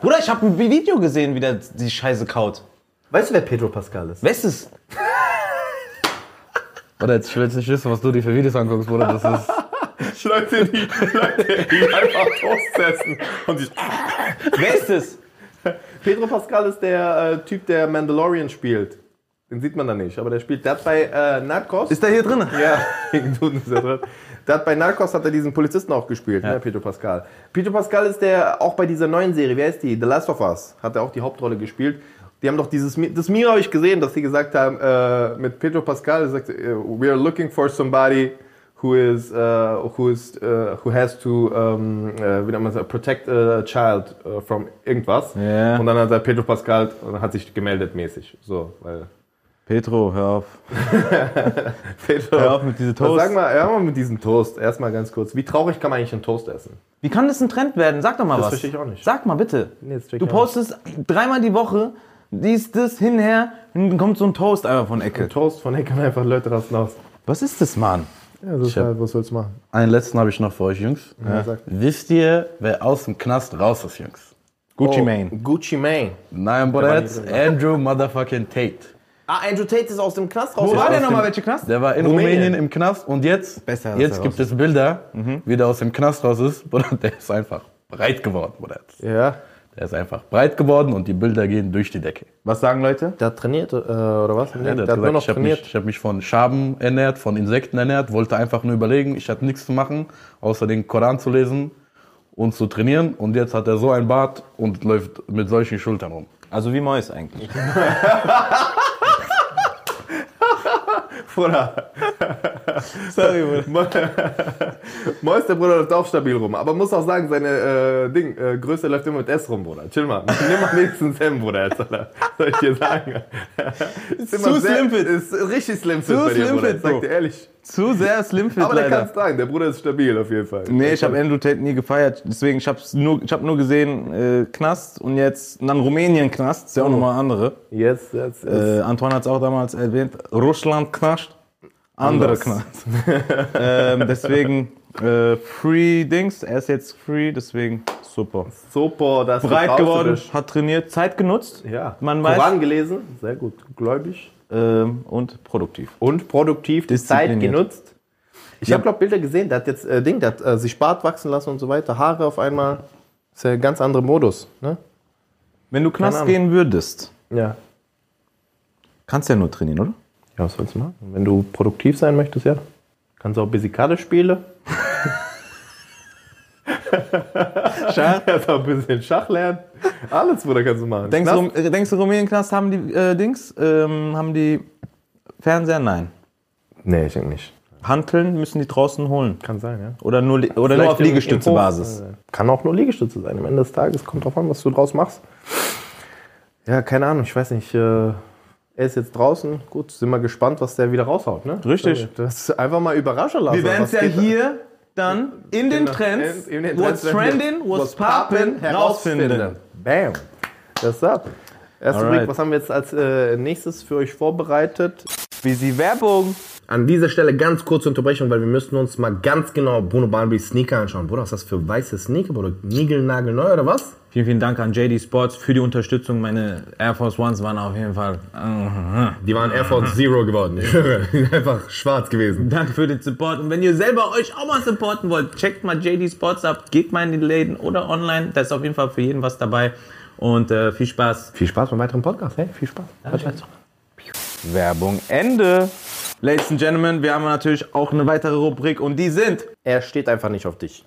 C: Bruder, ich habe ein Video gesehen, wie der die Scheiße kaut.
B: <laughs> Weißt du, wer Pedro Pascal ist?
C: Wer ist es?
D: Oder jetzt, ich will jetzt nicht wissen, was du dir für Videos anguckst, Bruder. Das ist.
B: Leute, die, Leute, die einfach <laughs> Toast essen. Und sich.
C: Wer ist es?
B: Pedro Pascal ist der äh, Typ, der Mandalorian spielt. Den sieht man da nicht, aber der spielt. Der hat bei äh, Narcos.
C: Ist der hier drin?
B: Ja, <laughs> wegen Duden ist er drin. Der hat bei Narcos hat er diesen Polizisten auch gespielt, ne, Pedro Pascal. Pedro Pascal ist der auch bei dieser neuen Serie, wie heißt die? The Last of Us, hat er auch die Hauptrolle gespielt. Die haben doch dieses, Mi- das Meme habe ich gesehen, dass sie gesagt haben, äh, mit Pedro Pascal, er sagt, äh, we are looking for somebody who is uh, who is uh, who has to ähm, äh, wie nennt man das, protect a child äh, from irgendwas.
C: Ja.
B: Und dann hat er Pedro Pascal und hat sich gemeldet mäßig. So, weil
C: Petro, hör auf.
B: Pedro.
C: Hör auf mit diese Toast.
B: Also Sag mal, hör mal mit diesem Toast. Erstmal ganz kurz. Wie traurig kann man eigentlich einen Toast essen?
C: Wie kann das ein Trend werden? Sag doch mal was.
B: verstehe ich auch nicht.
C: Sag mal bitte.
B: Nee, das verstehe ich
C: du
B: auch
C: postest dreimal die Woche, dies, das, hinher, und dann kommt so ein Toast einfach von Ecke.
B: Toast von Heckern einfach Leute rasten aus.
C: Was ist das, Mann?
B: Ja, so halt, was soll's machen?
D: Einen letzten habe ich noch für euch, Jungs.
B: Ja, sag.
D: Wisst ihr, wer aus dem Knast raus ist, Jungs?
C: Gucci Mane.
B: Oh, Gucci Mane.
D: Nein, Brett, Andrew motherfucking Tate.
B: Ah, Andrew Tate ist aus dem Knast raus.
C: Wo war
D: aus
C: der
D: dem-
C: nochmal? Welche Knast?
D: Der war in
B: Rumänien.
D: Rumänien, im Knast und jetzt,
C: Besser als er
D: jetzt
C: raus
D: gibt es Bilder, wie der aus dem Knast raus ist. Bruder, der ist einfach breit geworden, Bruder.
B: Ja,
D: Der ist einfach breit geworden und die Bilder gehen durch die Decke.
C: Was sagen Leute?
B: der hat trainiert, äh, oder was? Nee,
D: Ja, der hat gesagt, ich habe mich, ich hab mich von Schaben ernährt, von Insekten ernährt, wollte einfach nur überlegen, ich hatte nichts zu machen, außer den Koran zu lesen und zu trainieren. Und jetzt hat er so ein Bart und läuft mit solchen Schultern rum.
C: Also wie Mois eigentlich.
B: Bruder. Sorry, <laughs> Bruder. Mois, der Bruder läuft auch stabil rum. Aber muss auch sagen, seine äh, Ding, äh, Größe läuft immer mit S rum, Bruder. Chill mal. <laughs> Nimm mal wenigstens M, Bruder. Jetzt, Alter. Soll ich dir
C: <laughs>
B: sagen. ist immer
C: zu slim fit.
B: Ist richtig slim fit
C: Zu
B: bei dir,
C: slim
B: Bruder.
C: fit,
B: Ich sag
C: Bro.
B: dir ehrlich.
C: Zu sehr Slimfit
B: Aber der kann es tragen. Der Bruder ist stabil auf jeden Fall.
C: Nee, ich habe Andrew Tate nie gefeiert, deswegen ich hab's nur ich hab nur gesehen äh, Knast und jetzt und dann Rumänien Knast, ist ja auch nochmal andere.
B: Yes, yes, yes.
C: Äh, Antoine hat es auch damals erwähnt, Russland Knast, andere
B: Anders.
C: Knast. <laughs> ähm, deswegen äh, Free Dings, er ist jetzt free, deswegen super.
B: Super, das
C: Breit geworden, hat trainiert, Zeit genutzt
B: Ja.
C: Man weiß-
B: Koran gelesen, sehr gut. Gläubig.
C: ähm, und produktiv.
B: und produktiv die Zeit
C: Diszipliniert.
B: genutzt. Ich habe glaube Bilder gesehen, der hat jetzt äh, Ding, der hat äh, sich Bart wachsen lassen und so weiter, Haare auf einmal. Ist ja ein ganz anderer Modus, ne?
C: Wenn du Knast
B: Ahnung.
C: gehen würdest,
B: Ja.
C: kannst du ja nur trainieren, oder?
B: <laughs> Ja, was sollst du machen? Wenn du produktiv sein möchtest, ja. Kannst auch Bisikale spielen. <laughs> Schach. Kannst auch ein bisschen Schach lernen. Alles, Bruder, kannst du machen.
C: Denkst,
B: Knast?
C: du, Rum- äh, denkst du, Rumänien-Knast haben die äh, Dings? Ähm, haben die Fernseher? Nein.
B: Nee, ich denke nicht.
C: Hanteln müssen die draußen holen.
B: Kann sein, ja.
C: Oder nur, li- oder nur
B: Vielleicht
C: auf
B: im- im
C: Liegestützebasis.
B: Hof. Kann auch nur Liegestütze sein. Am Ende des Tages kommt drauf an, was du draus machst. Ja, keine Ahnung, ich weiß nicht. äh, Er ist jetzt draußen. Gut, sind wir gespannt, was der wieder raushaut, ne?
C: Richtig.
B: Das ist einfach mal überraschen lassen.
C: Wir werden es
B: Also, was
C: ja
B: geht- Genau.
C: hier dann in den Trends,
B: in den
C: what's
B: Trends werden wir-
C: trending, what's poppin', herausfinden.
B: Bam. Das ist ab. Erste
C: Alright.
B: Blick, was haben wir jetzt als äh, nächstes für euch vorbereitet?
C: Wie sie Werbung.
B: An dieser Stelle ganz kurze Unterbrechung, weil wir müssen uns mal ganz genau Bruno Barnaby Sneaker anschauen. Bruder, was ist das für weiße Sneaker? Bruder, niegelnagelneu oder was?
C: Vielen, vielen Dank an JD Sports für die Unterstützung. Meine Air Force Ones waren auf jeden Fall. äh,
B: Die waren Air Force Zero geworden. Ich schwöre, <laughs> die sind einfach schwarz gewesen.
C: Danke für den Support. Und wenn ihr selber euch auch mal supporten wollt, checkt mal JD Sports ab, geht mal in die Läden oder online. Da ist auf jeden Fall für jeden was dabei. Und äh, viel Spaß.
B: Viel Spaß beim weiteren Podcast. Hey, viel Spaß.
C: Werbung Ende. Ladies and Gentlemen, wir haben natürlich auch eine weitere Rubrik und die sind
B: Er steht einfach nicht auf dich.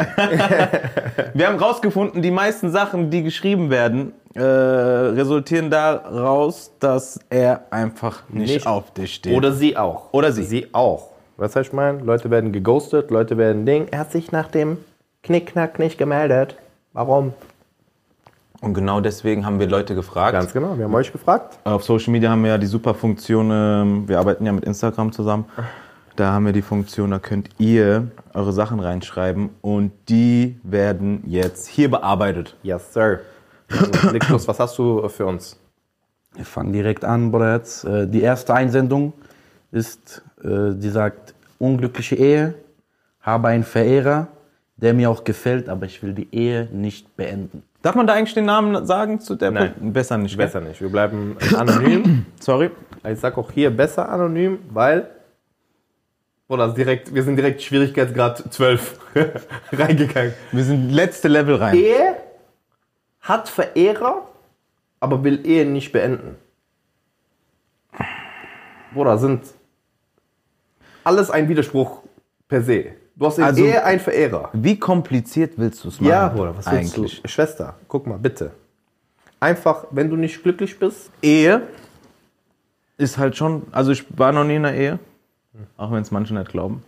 C: Wir haben rausgefunden, die meisten Sachen, die geschrieben werden, äh, resultieren daraus, dass er einfach nicht,
B: Nicht.
C: auf dich steht.
B: Oder sie auch. Oder sie. Sie auch. Weißt du, was ich meine? Leute werden geghostet, Leute werden Ding. Er hat sich nach dem Knickknack nicht gemeldet. Warum?
C: Und genau deswegen haben wir Leute gefragt.
B: Ganz genau, wir haben euch gefragt.
C: Auf Social Media haben wir ja die super Funktion, ähm, wir arbeiten ja mit Instagram zusammen. Da haben wir die Funktion, da könnt ihr eure Sachen reinschreiben und die werden jetzt hier bearbeitet.
B: Yes, sir.
C: <coughs>
B: Also, Niklas, was hast du für uns?
D: Wir fangen direkt an, Bruder. Jetzt. Äh, Die erste Einsendung ist, äh, die sagt, unglückliche Ehe, habe einen Verehrer, der mir auch gefällt, aber ich will die Ehe nicht beenden.
C: Darf man da eigentlich den Namen sagen zu der
B: Nein.
C: Person? Besser nicht.
B: Besser nicht. Wir bleiben anonym.
C: Gell? Sorry.
B: Ich sag auch hier besser anonym, weil. Oder direkt, wir sind direkt Schwierigkeitsgrad 12 <laughs> reingegangen.
C: Wir sind letzte Level rein.
B: Ehe hat Verehrer, aber will Ehe nicht beenden. Bruder, sind alles ein Widerspruch per se. Du hast in
C: Also-
B: Ehe einen Verehrer.
C: Wie kompliziert willst du es machen?
B: eigentlich? Schwester, guck mal, bitte. Einfach, wenn du nicht glücklich bist,
C: Ehe ist halt schon, also ich war noch nie in einer Ehe, auch wenn es manche nicht glauben.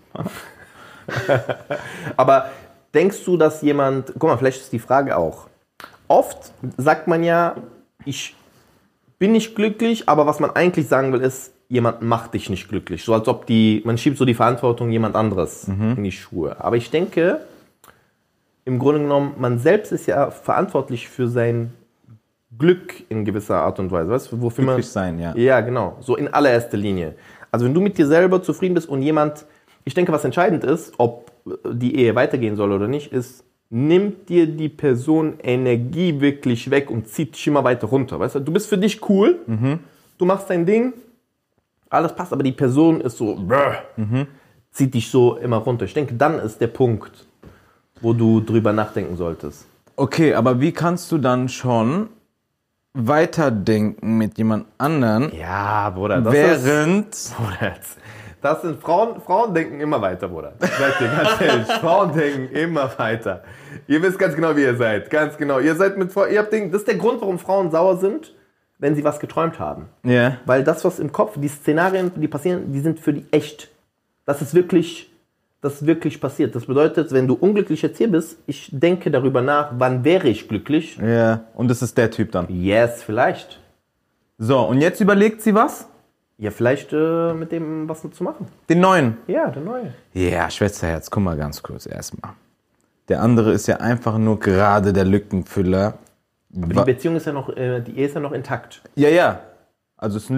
B: Aber denkst du, dass jemand, guck mal, vielleicht ist die Frage auch, oft sagt man ja, ich bin nicht glücklich, aber was man eigentlich sagen will ist, jemand macht dich nicht glücklich. So als ob die, man schiebt so die Verantwortung jemand anderes
C: Mhm.
B: in die Schuhe. Aber ich denke, im Grunde genommen, man selbst ist ja verantwortlich für sein Glück in gewisser Art und Weise. Weißt du, wofür man,
C: Glücklich sein, ja.
B: ja, genau. So in allererster Linie. Also wenn du mit dir selber zufrieden bist und jemand, ich denke, was entscheidend ist, ob äh, die Ehe weitergehen soll oder nicht, ist, nimmt dir die Person Energie wirklich weg und zieht dich immer weiter runter. Weißt du, du bist für dich cool, du machst dein Ding, alles passt, aber die Person ist so, brr, zieht dich so immer runter. Ich denke, dann ist der Punkt, wo du drüber nachdenken solltest.
C: Okay, aber wie kannst du dann schon weiterdenken mit jemand anderen,
B: Ja, Bruder, das
C: während
B: Bruder, Das sind Frauen, Frauen denken immer weiter, Bruder. Ich Sag dir ganz ehrlich, Frauen denken immer weiter. Ihr wisst ganz genau, wie ihr seid. Ganz genau. Ihr seid mit Frau- ihr habt den, das ist der Grund, warum Frauen sauer sind, wenn sie was geträumt haben.
C: ja,
B: Weil das, was im Kopf, die Szenarien, die passieren, die sind für die echt. Das ist wirklich, das ist wirklich passiert. Das bedeutet, wenn du unglücklich jetzt hier bist, ich denke darüber nach, wann wäre ich glücklich?
C: ja, und das ist der Typ dann.
B: Yes, vielleicht.
C: So, und jetzt überlegt sie was?
B: Ja, vielleicht äh, mit dem was zu machen.
C: Den neuen.
B: Ja, der neue.
C: Ja, Schwesterherz, guck mal ganz kurz erstmal. Der andere ist ja einfach nur gerade der Lückenfüller.
B: Die
C: Wa-
B: Beziehung ist ja noch, äh, die Ehe ist ja noch intakt.
C: Ja, ja. Also es ist ein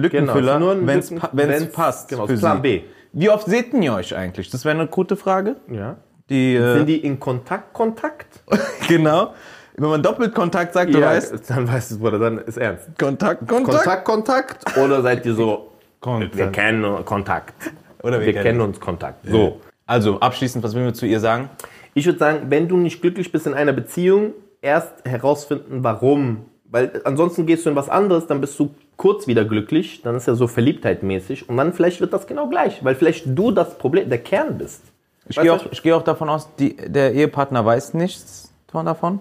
B: Genau, es
C: Lückenfüller,
B: ist nur ein
C: wenn es
B: Lücken-
C: pa wenn's
B: wenn's-
C: passt.
B: genau,
C: für
B: Plan
C: sie.
B: B.
C: Wie oft seht denn ihr euch eigentlich? Das wäre eine gute Frage.
B: Ja.
C: Die, äh,
B: Sind die in Kontakt, Kontakt?
C: <laughs> genau. Wenn man Doppelkontakt sagt, du
B: <laughs>
C: weißt.
B: dann weißt du, Bruder, dann ist ernst.
C: Kontakt, Kontakt.
B: Kontakt, Kontakt? Oder seid ihr so,
C: Kontakt.
B: wir kennen Kontakt.
C: Oder wir
B: wir
C: kennen.
B: kennen uns Kontakt. So.
C: Also, abschließend, was will wir zu ihr sagen?
B: Ich würde sagen, wenn du nicht glücklich bist in einer Beziehung, erst herausfinden, warum. Weil ansonsten gehst du in was anderes, dann bist du kurz wieder glücklich, dann ist ja so verliebtheitmäßig und dann vielleicht wird das genau gleich, weil vielleicht du das Problem, der Kern bist.
C: Ich
B: Weißt
C: gehe
B: du?
C: auch, ich geh auch davon aus, die, der Ehepartner weiß nichts von davon.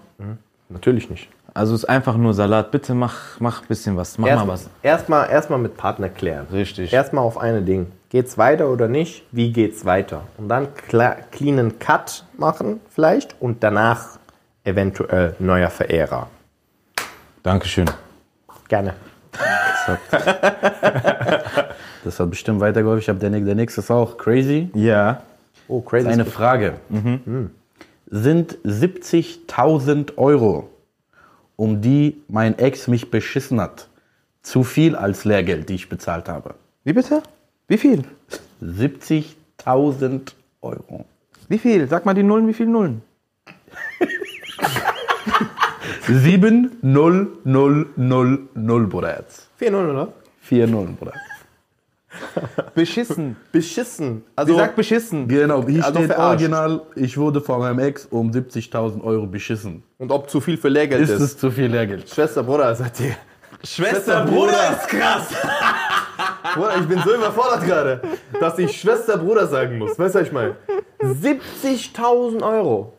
B: Natürlich nicht.
C: Also, es ist einfach nur Salat. Bitte mach, mach ein bisschen was. Mach mal
B: Erstmal
C: was.
B: erst mal- erst mal mit Partner klären.
C: Richtig.
B: Erstmal auf eine Ding. Geht's weiter oder nicht? Wie geht's weiter? Und dann klar, cleanen Cut machen vielleicht und danach eventuell neuer Verehrer.
C: Dankeschön.
B: Gerne.
D: Das hat bestimmt weitergeholfen. Ich habe der, der nächste ist auch crazy.
C: Ja.
B: Oh, crazy.
D: Eine Frage.
B: Mhm.
D: Sind 70.000 Euro, um die mein Ex mich beschissen hat, zu viel als Lehrgeld, die ich bezahlt habe?
C: Wie bitte? Wie viel?
D: 70.000 Euro.
C: Wie viel? Sag mal die Nullen, wie viel Nullen?
D: 700000, Bruder Herz.
B: 4-0, oder?
D: 4-0, Bruder.
C: Beschissen.
B: Beschissen.
C: Sie
B: Also,
C: sagt beschissen.
D: Genau, hier
B: Also
D: steht
B: verarscht.
D: original, ich wurde von meinem Ex um 70.000 Euro beschissen.
B: und ob zu viel für Lehrgeld ist.
D: Ist es zu viel Lehrgeld?
B: Schwester, Bruder, seid ihr.
C: Schwester, Bruder ist krass.
B: <laughs> Bruder, ich bin so überfordert gerade, dass ich Schwester, Bruder sagen muss. Weißt du, was ich
C: <laughs>
B: meine? 70.000 Euro.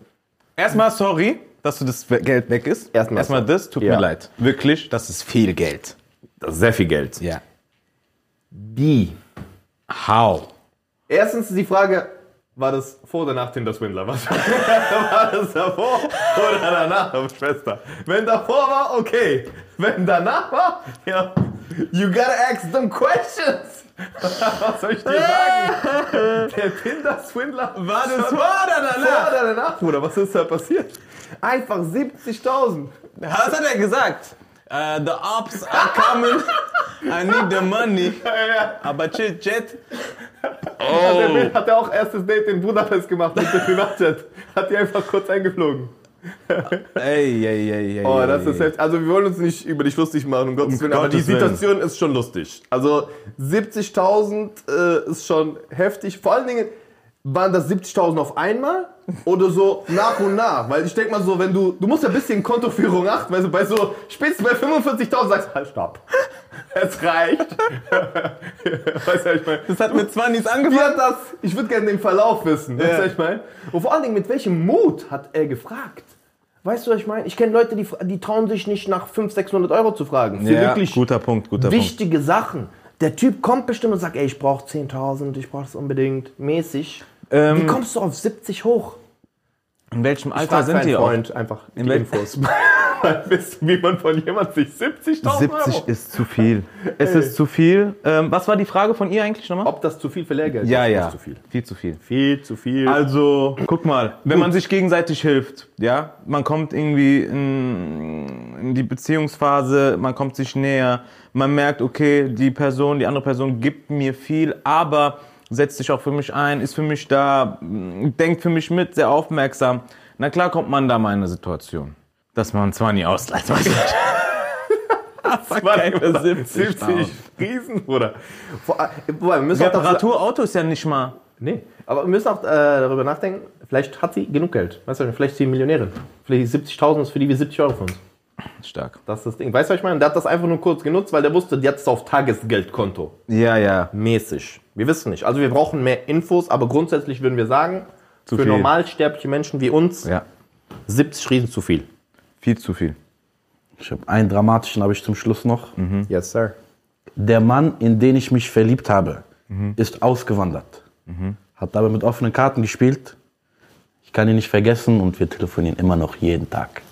C: Erstmal sorry, dass du das Geld weg ist.
B: Erstmal
C: Erstmal das, tut
B: Ja.
C: mir leid. Wirklich, das ist viel Geld.
B: Das ist sehr viel Geld.
C: Ja.
B: Wie?
C: How?
B: Erstens die Frage, war das vor oder nach Tinder Swindler? <laughs> Was war das davor oder danach, Schwester? Wenn davor war, okay. Wenn danach war, ja. You gotta ask them questions. <laughs> Was soll ich dir sagen? <laughs> Der Tinder Swindler war <laughs> das vor
C: oder danach?
B: oder danach, Bruder? Was ist da passiert? Einfach 70.000.
C: Was hat er gesagt? Äh, the Ops are coming. I need the money.
B: <laughs>
C: Aber chill, Oh. Jet.
B: Hat, er, hat er auch erstes Date in Budapest gemacht mit dem Privatjet. Hat die einfach kurz eingeflogen.
C: Ey, ey, ey, ey.
B: Oh,
C: ey,
B: das
C: ey.
B: ist jetzt, also wir wollen uns nicht über dich lustig machen, um Gottes Willen, aber die
C: Gottes Willen.
B: Situation ist schon lustig. Also 70.000 äh, ist schon heftig. Vor allen Dingen, waren das 70.000 auf einmal oder so nach und nach? Weil ich denke mal so, wenn du, du musst ja ein bisschen Kontoführung achten, weil du bei so, spätestens bei 45.000 sagst, halt, stopp. Es reicht. <laughs> weißt du, was ich meine?
C: Das hat mit 20
B: Wie
C: angefangen.
B: hat das, ich würde gerne den Verlauf wissen, weißt du, was ich meine? Und vor allen Dingen, mit welchem Mut hat er gefragt? Weißt du, was ich meine? Ich kenne Leute, die, fra- die trauen sich nicht nach 500, 600 Euro zu fragen. Für wirklich
C: guter Punkt, guter
B: wichtige Sachen. Der Typ kommt bestimmt und sagt, ey, ich brauche 10.000, ich brauche das unbedingt, mäßig.
C: Punkt. Ähm,
B: Wie kommst du auf 70 hoch?
C: In welchem Alter
B: Frag
C: sind
B: deinen
C: die auch?
B: Freund einfach die <laughs>
C: Wel- <laughs>
B: Infos. Weißt du, wie man von jemand sich 70.000 Euro...
C: 70 ist zu viel. Es ist zu viel. Ähm, was war die Frage von ihr eigentlich nochmal?
B: Ob das zu viel für Lehrgeld
C: Ja,
B: ist?
C: ja.
B: Ist zu viel.
C: Viel zu viel.
B: Viel zu viel.
C: Also, guck mal, wenn man sich gegenseitig hilft, ja, man kommt irgendwie in, in die Beziehungsphase, man kommt sich näher, man merkt, okay, die Person, die andere Person gibt mir viel, aber setzt sich auch für mich ein, ist für mich da, m, denkt für mich mit, sehr aufmerksam. Na klar kommt man da mal in eine Situation, dass man zwar nie ausleiht, was ich- <laughs>
B: Mann,
C: keine
B: Bruder,
C: 70
B: 70 Riesen, Bruder. Vor, äh, wobei, wir müssen auch dazu,
C: Reparaturauto ist ja nicht mal.
B: nee, aber wir müssen auch äh, darüber nachdenken, vielleicht hat sie genug Geld. Weißt du, vielleicht ist sie Millionärin. Vielleicht die 70.000 ist für die wie 70 Euro für uns.
C: Stark.
B: Das ist das Ding. Weißt du, was ich meine? Der hat das einfach nur kurz genutzt, weil der wusste, die hat es auf Tagesgeldkonto.
C: Ja, ja.
B: Mäßig. Wir wissen nicht. Also wir brauchen mehr Infos, aber grundsätzlich würden wir sagen, für
C: viel.
B: normalsterbliche Menschen wie uns,
C: Ja.
B: 70 Riesen zu viel.
C: Viel zu viel.
D: Ich habe einen dramatischen, habe ich zum Schluss noch.
B: Yes, sir.
D: Der Mann, in den ich mich verliebt habe, ist ausgewandert. Hat aber mit offenen Karten gespielt. Ich kann ihn nicht vergessen und wir telefonieren immer noch jeden Tag.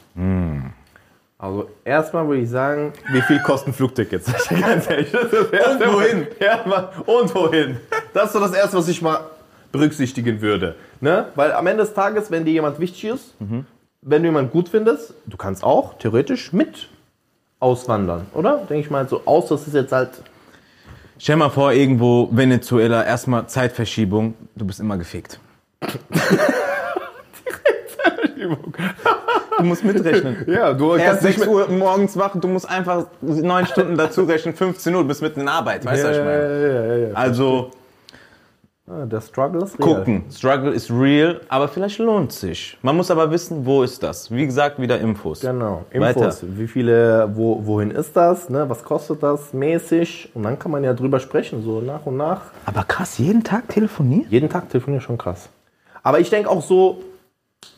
B: Also erstmal würde ich sagen, wie viel kosten Flugtickets? <laughs> Ganz ehrlich. Das ist das Erste,
C: Und wohin?
B: Ja, Mann. und wohin? Das ist so das Erste, was ich mal berücksichtigen würde. Ne? Weil am Ende des Tages, wenn dir jemand wichtig ist, wenn du jemanden gut findest, du kannst auch theoretisch mit auswandern, oder? Denke ich mal so, außer es ist jetzt halt
C: Stell mal vor, irgendwo Venezuela, erstmal Zeitverschiebung, du bist immer <laughs> gefickt. Du musst mitrechnen.
B: Ja, du
C: Erst 6 Uhr morgens wach, du musst einfach 9 Stunden dazu rechnen, 15 Uhr, du bist mitten in Arbeit, weißt du, was ich meine? Also
B: Ah, Der Struggle ist real.
C: gucken, Struggle ist real, aber vielleicht lohnt sich. Man muss aber wissen, wo ist das? Wie gesagt, wieder Infos.
B: Genau. Infos.
C: Weiter.
B: Wie viele, wo, wohin ist das? Ne? Was kostet das mäßig? Und dann kann man ja drüber sprechen, so nach und nach.
C: Aber krass, jeden Tag telefonieren?
B: Jeden Tag telefonieren schon krass. Aber ich denke auch so,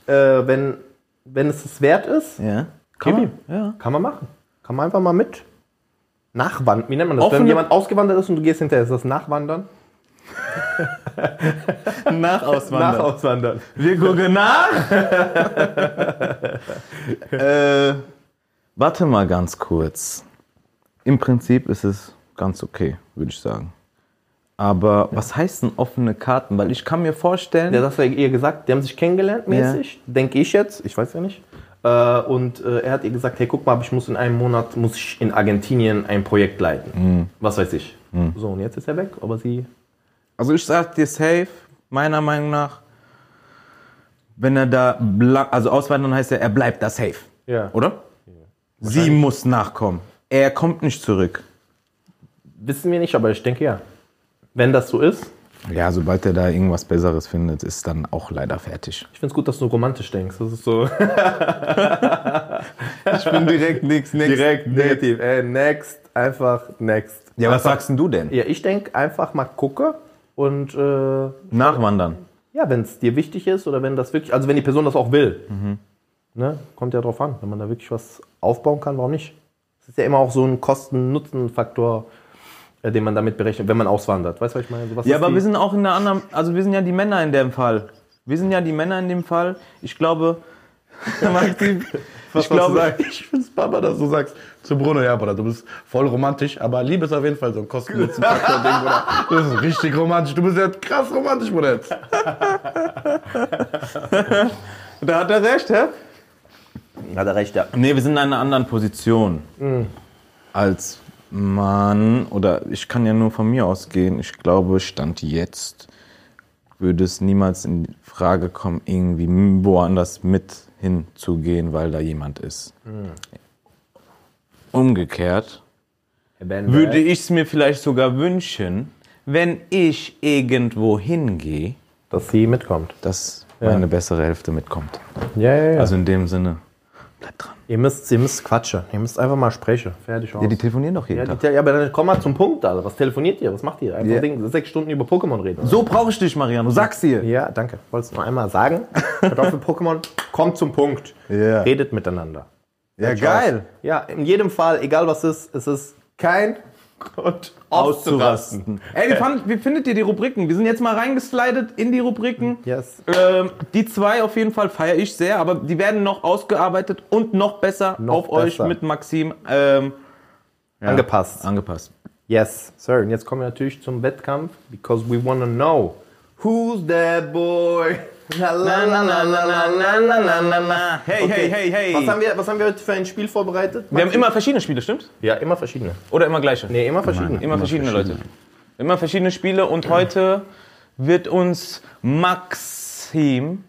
B: äh, wenn, wenn es es wert ist,
C: Ja.
B: kann, man,
C: ja.
B: kann man machen. Kann man einfach mal mit nachwandern. Wie nennt man das? wenn
C: Offene-
B: jemand ausgewandert ist und du gehst hinterher, ist das Nachwandern?
C: Nach
B: <laughs>
C: Auswandern.
B: Nachauswandern.
C: Wir gucken nach. <laughs> äh, warte mal ganz kurz. Im Prinzip ist es ganz okay, würde ich sagen. Aber was heißt denn offene Karten? Weil ich kann mir vorstellen,
B: Ja, das hat er ihr gesagt, die haben sich kennengelernt mäßig, denke ich jetzt, ich weiß ja nicht. Äh, und äh, er hat ihr gesagt, hey, guck mal, ich muss in einem Monat, muss ich in Argentinien ein Projekt leiten. Was weiß ich. So, und jetzt ist er weg, aber sie...
C: also ich sag dir safe, meiner Meinung nach, wenn er da, bla- also auswandern heißt ja, er bleibt da safe,
B: Ja. Oder?
C: oder? Sie muss nachkommen. Er kommt nicht zurück.
B: Wissen wir nicht, aber ich denke ja. Wenn das so ist,
C: Ja, sobald er da irgendwas Besseres findet, ist dann auch leider fertig.
B: ich finde es gut, dass du romantisch denkst. Das ist so
C: Ich bin <laughs> direkt nix, nix.
B: <laughs> negativ. Ey, next, einfach next.
C: Ja, was sagst denn du denn?
B: Ja, ich denke einfach mal gucke und äh,
C: Nachwandern.
B: Ja, wenn es dir wichtig ist oder wenn das wirklich, also wenn die Person das auch will,
C: Mhm.
B: ne, kommt ja drauf an. Wenn man da wirklich was aufbauen kann, warum nicht? Es ist ja immer auch so ein Kosten-Nutzen-Faktor, äh, den man damit berechnet, wenn man auswandert. Weißt du, was ich meine? So, was
C: Ja,
B: ist
C: aber
B: die-
C: wir sind auch in der anderen, also wir sind ja die Männer in dem Fall. Wir sind ja die Männer in dem Fall. Ich glaube, <laughs> Maxim, ich glaube,
D: ich finde es Baba, dass du sagst zu Bruno, ja, Bruder, du bist voll romantisch, aber Liebe ist auf jeden Fall so
C: <laughs>
D: ein kostenloses Ding, Bruder. Du bist richtig romantisch, du bist ja krass romantisch, Bruder. Jetzt.
C: da hat er recht, hä?
B: Hat er recht, ja.
C: Nee, wir sind in einer anderen Position als Mann. Oder ich kann ja nur von mir ausgehen. Ich glaube, Stand jetzt würde es niemals in Frage kommen, irgendwie woanders mit hinzugehen, weil da jemand ist. Umgekehrt
B: Wenn-
C: würde ich es mir vielleicht sogar wünschen, wenn ich irgendwo hingehe,
B: dass sie mitkommt.
C: dass meine bessere Hälfte mitkommt.
B: Ja, ja, ja.
C: Also in dem Sinne, bleibt dran.
B: ihr, müsst, ihr müsst quatschen. Ihr müsst einfach mal sprechen. Fertig aus. Ja,
C: telefonieren doch jeden
B: die Te- ja, aber dann komm mal zum Punkt, Alter. Was telefoniert ihr? Was macht ihr? Einfach
C: Ja.
B: Ding, sechs Stunden über Pokémon reden.
C: So brauche ich dich, Mariano. Sag's dir.
B: Ja, danke. Wolltest du nur einmal sagen? Kartoffel-Pokémon, kommt zum Punkt.
C: Ja.
B: Redet miteinander.
C: Ja,
B: Ja, in jedem Fall, egal was ist, es ist kein Gott.
C: auszurasten. Ey, wie, fand, wie findet ihr die Rubriken? Wir sind jetzt mal reingeslidet in die Rubriken.
B: Yes.
C: Ähm, die zwei auf jeden Fall feiere ich sehr, aber die werden noch ausgearbeitet und noch besser
B: Noch
C: auf euch
B: besser.
C: mit Maxim ähm, ja,
B: Angepasst.
C: Angepasst.
B: Yes, sir. Und jetzt kommen wir natürlich zum Wettkampf, because we wanna know who's that boy. La, la, la, la, la, la, la, la, la, la, la.
C: Hey, hey, hey, hey.
B: Was haben, wir, was haben wir heute für ein Spiel vorbereitet?
C: Wir haben immer verschiedene Spiele, stimmt?
B: ja, immer verschiedene.
C: Oder immer gleiche?
B: Nee, immer verschiedene.
C: Immer verschiedene, Leute. Immer verschiedene Spiele und heute wird uns Maxim.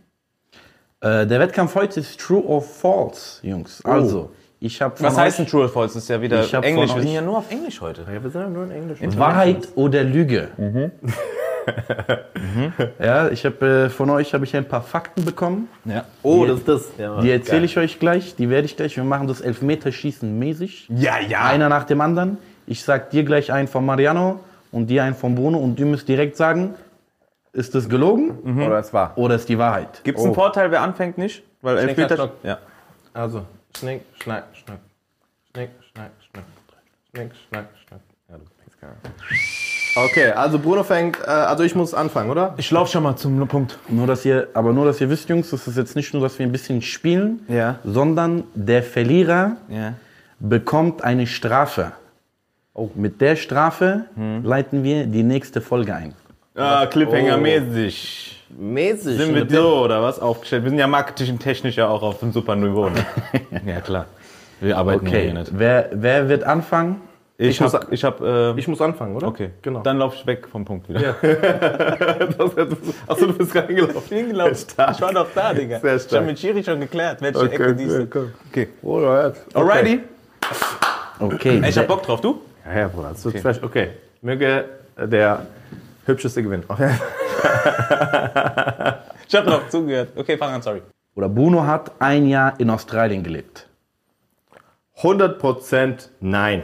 D: Äh, der Wettkampf heute ist True or False, Jungs. Also, ich habe
C: Oh. Was heißt denn True or False? Das ist ja wieder
D: Ich hab
C: Englisch.
D: von
C: Wir sind
D: euch-
C: ja nur auf Englisch heute.
B: Ja, wir sind ja nur in Englisch.
D: Wahrheit oder Lüge? <laughs> ja, ich habe äh, von euch habe ich ein paar Fakten bekommen.
C: Ja.
B: Oh, das ist das. Ja,
D: Die erzähle ich euch gleich. Die werde ich gleich. Wir machen das Elfmeterschießen mäßig.
C: Ja, ja.
D: Einer nach dem anderen. Ich sag dir gleich einen von Mariano und dir einen von Bruno und du müsst direkt sagen, ist das gelogen
B: Oder es oh, war.
D: oder ist die Wahrheit?
C: Gibt es einen Vorteil, wer anfängt nicht? Weil
B: Schnick,
C: Elfmeter.
B: Schnack, Schnuck.
C: Ja.
B: Also, schnick, schnack, schnack. Schnick, schnack, schnack. Schnick, schnack, schnack. Ja, du kriegst keine Ahnung. Okay, also Bruno fängt, äh, also ich muss anfangen, oder?
C: Ich laufe schon mal zum Punkt.
D: Nur, dass ihr, aber nur, dass ihr wisst, Jungs, das ist jetzt nicht nur, dass wir ein bisschen spielen,
C: Ja.
D: sondern der Verlierer
C: Ja.
D: bekommt eine Strafe. Mit der Strafe leiten wir die nächste Folge ein.
C: Ah, Cliffhanger-mäßig.
B: Mäßig.
C: Sind wir so oder was aufgestellt? Wir sind ja marketingtechnisch ja auch auf einem super Niveau. Ne? <laughs> ja, klar. Wir arbeiten
D: Okay, wer, wer wird anfangen?
C: Ich hab. Ich hab äh,
B: ich muss anfangen, oder?
C: okay,
B: genau. <laughs>
C: Dann lauf ich weg vom Punkt <laughs> wieder.
B: Achso, du bist reingelaufen.
C: Ich war doch da, Digga.
B: Sehr
C: Ich hab
B: stark.
C: mit Schiri schon geklärt, welche Ecke dies ist.
B: Okay. Alright.
C: Alrighty.
D: Okay.
C: Ey, ich hab Bock drauf, du?
B: Ja, ja, Bruder, das wird fresh. Okay. Möge äh, der Hübscheste <laughs> gewinnen. Okay.
C: Ich hab noch zugehört. Okay, fang an, sorry.
D: Oder Bruno hat ein Jahr in Australien gelebt.
B: 100% nein.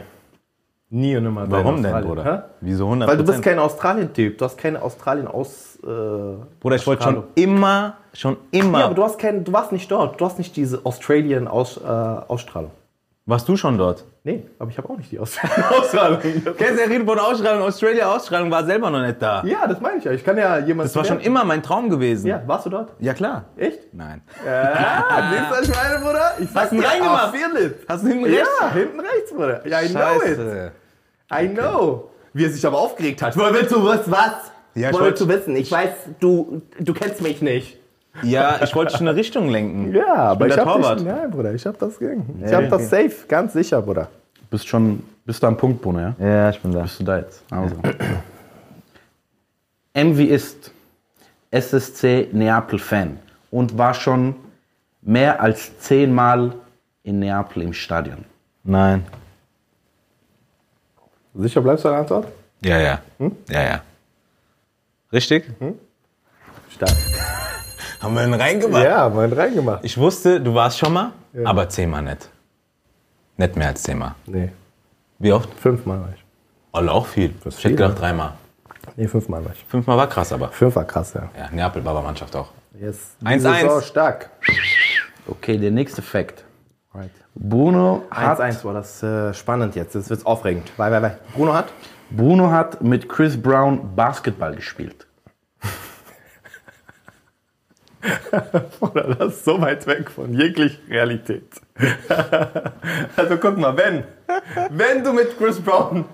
B: Nie und nimmer. sein Australien. Hä?
C: Wieso 100%?
B: Weil du bist kein Australien-Typ. Du hast keine Australien aus. Äh,
C: Bruder, ich wollte
B: Strahlung.
C: schon immer, schon immer.
B: ja, aber du hast keinen. Du warst nicht dort. Du hast nicht diese äh, Australien-Ausstrahlung.
C: warst du schon dort?
B: nee, aber ich habe auch nicht die Australien-Ausstrahlung.
C: Kennst du, er redet von Ausstrahlung. Australia Ausstrahlung war selber noch nicht da.
B: <laughs> ja, das meine ich ja. Ich kann ja jemanden.
C: Das war schon immer mein Traum gewesen.
B: Ja, warst du dort?
C: Ja, klar.
B: Echt? <laughs>
C: Nein.
B: Ah, siehst du, was ich meine, Bruder? Ich
C: Hast ihn reingemacht?
B: Vierlitz.
C: Hast du hinten rechts?
B: Ja, hinten rechts, Bruder. Ja, I know it.
C: Scheiße.
B: I know. Wie er sich aber aufgeregt hat. Woher willst du was? Was?
C: Ja, ich
B: Woher willst
C: wollte-
B: du wissen? Ich weiß, du, du kennst mich nicht.
C: Ja, ich wollte schon eine Richtung
B: <laughs>
C: lenken.
B: Ja, aber
C: der
B: ich hab
C: Torwart.
B: dich, Nein, Bruder, ich hab das gegen. ich hab das safe, ganz sicher, Bruder.
D: Bist schon, bist du am Punkt, Bruno, ja?
C: Ja, ich bin da.
D: Bist du da jetzt? Also. <clears throat> M wie ist SSC Neapel-Fan und war schon mehr als zehnmal in Neapel im Stadion.
C: Nein.
B: Sicher bleibst du an der Antwort?
C: Ja, ja.
B: Hm?
C: Ja, ja. Richtig?
B: Stark.
C: <laughs> Haben wir ihn reingemacht?
B: Ja, mein reingemacht.
C: Ich wusste, du warst schon mal, aber zehnmal nicht. Nicht mehr als zehnmal.
B: Nee,
C: Wie oft?
B: fünfmal war ich.
C: Alle auch viel. Ich hätte
B: viel, ne?
C: gedacht dreimal.
B: Nee, fünfmal war ich.
C: Fünfmal war krass, aber.
B: Fünf war krass, ja.
C: Ja, Neapel war aber Mannschaft auch.
B: Yes.
C: 1-1.
B: Diese Saison stark.
D: Okay, der nächste Fact. Bruno hat,
B: 1-1 war das äh, spannend jetzt. Jetzt wird's aufregend. Bye, bye, bye. Bruno <laughs> hat?
D: Bruno hat mit Chris Brown Basketball gespielt.
B: Bruder, das ist so weit weg von jeglicher Realität. <laughs> also guck mal, wenn, wenn du mit Chris Brown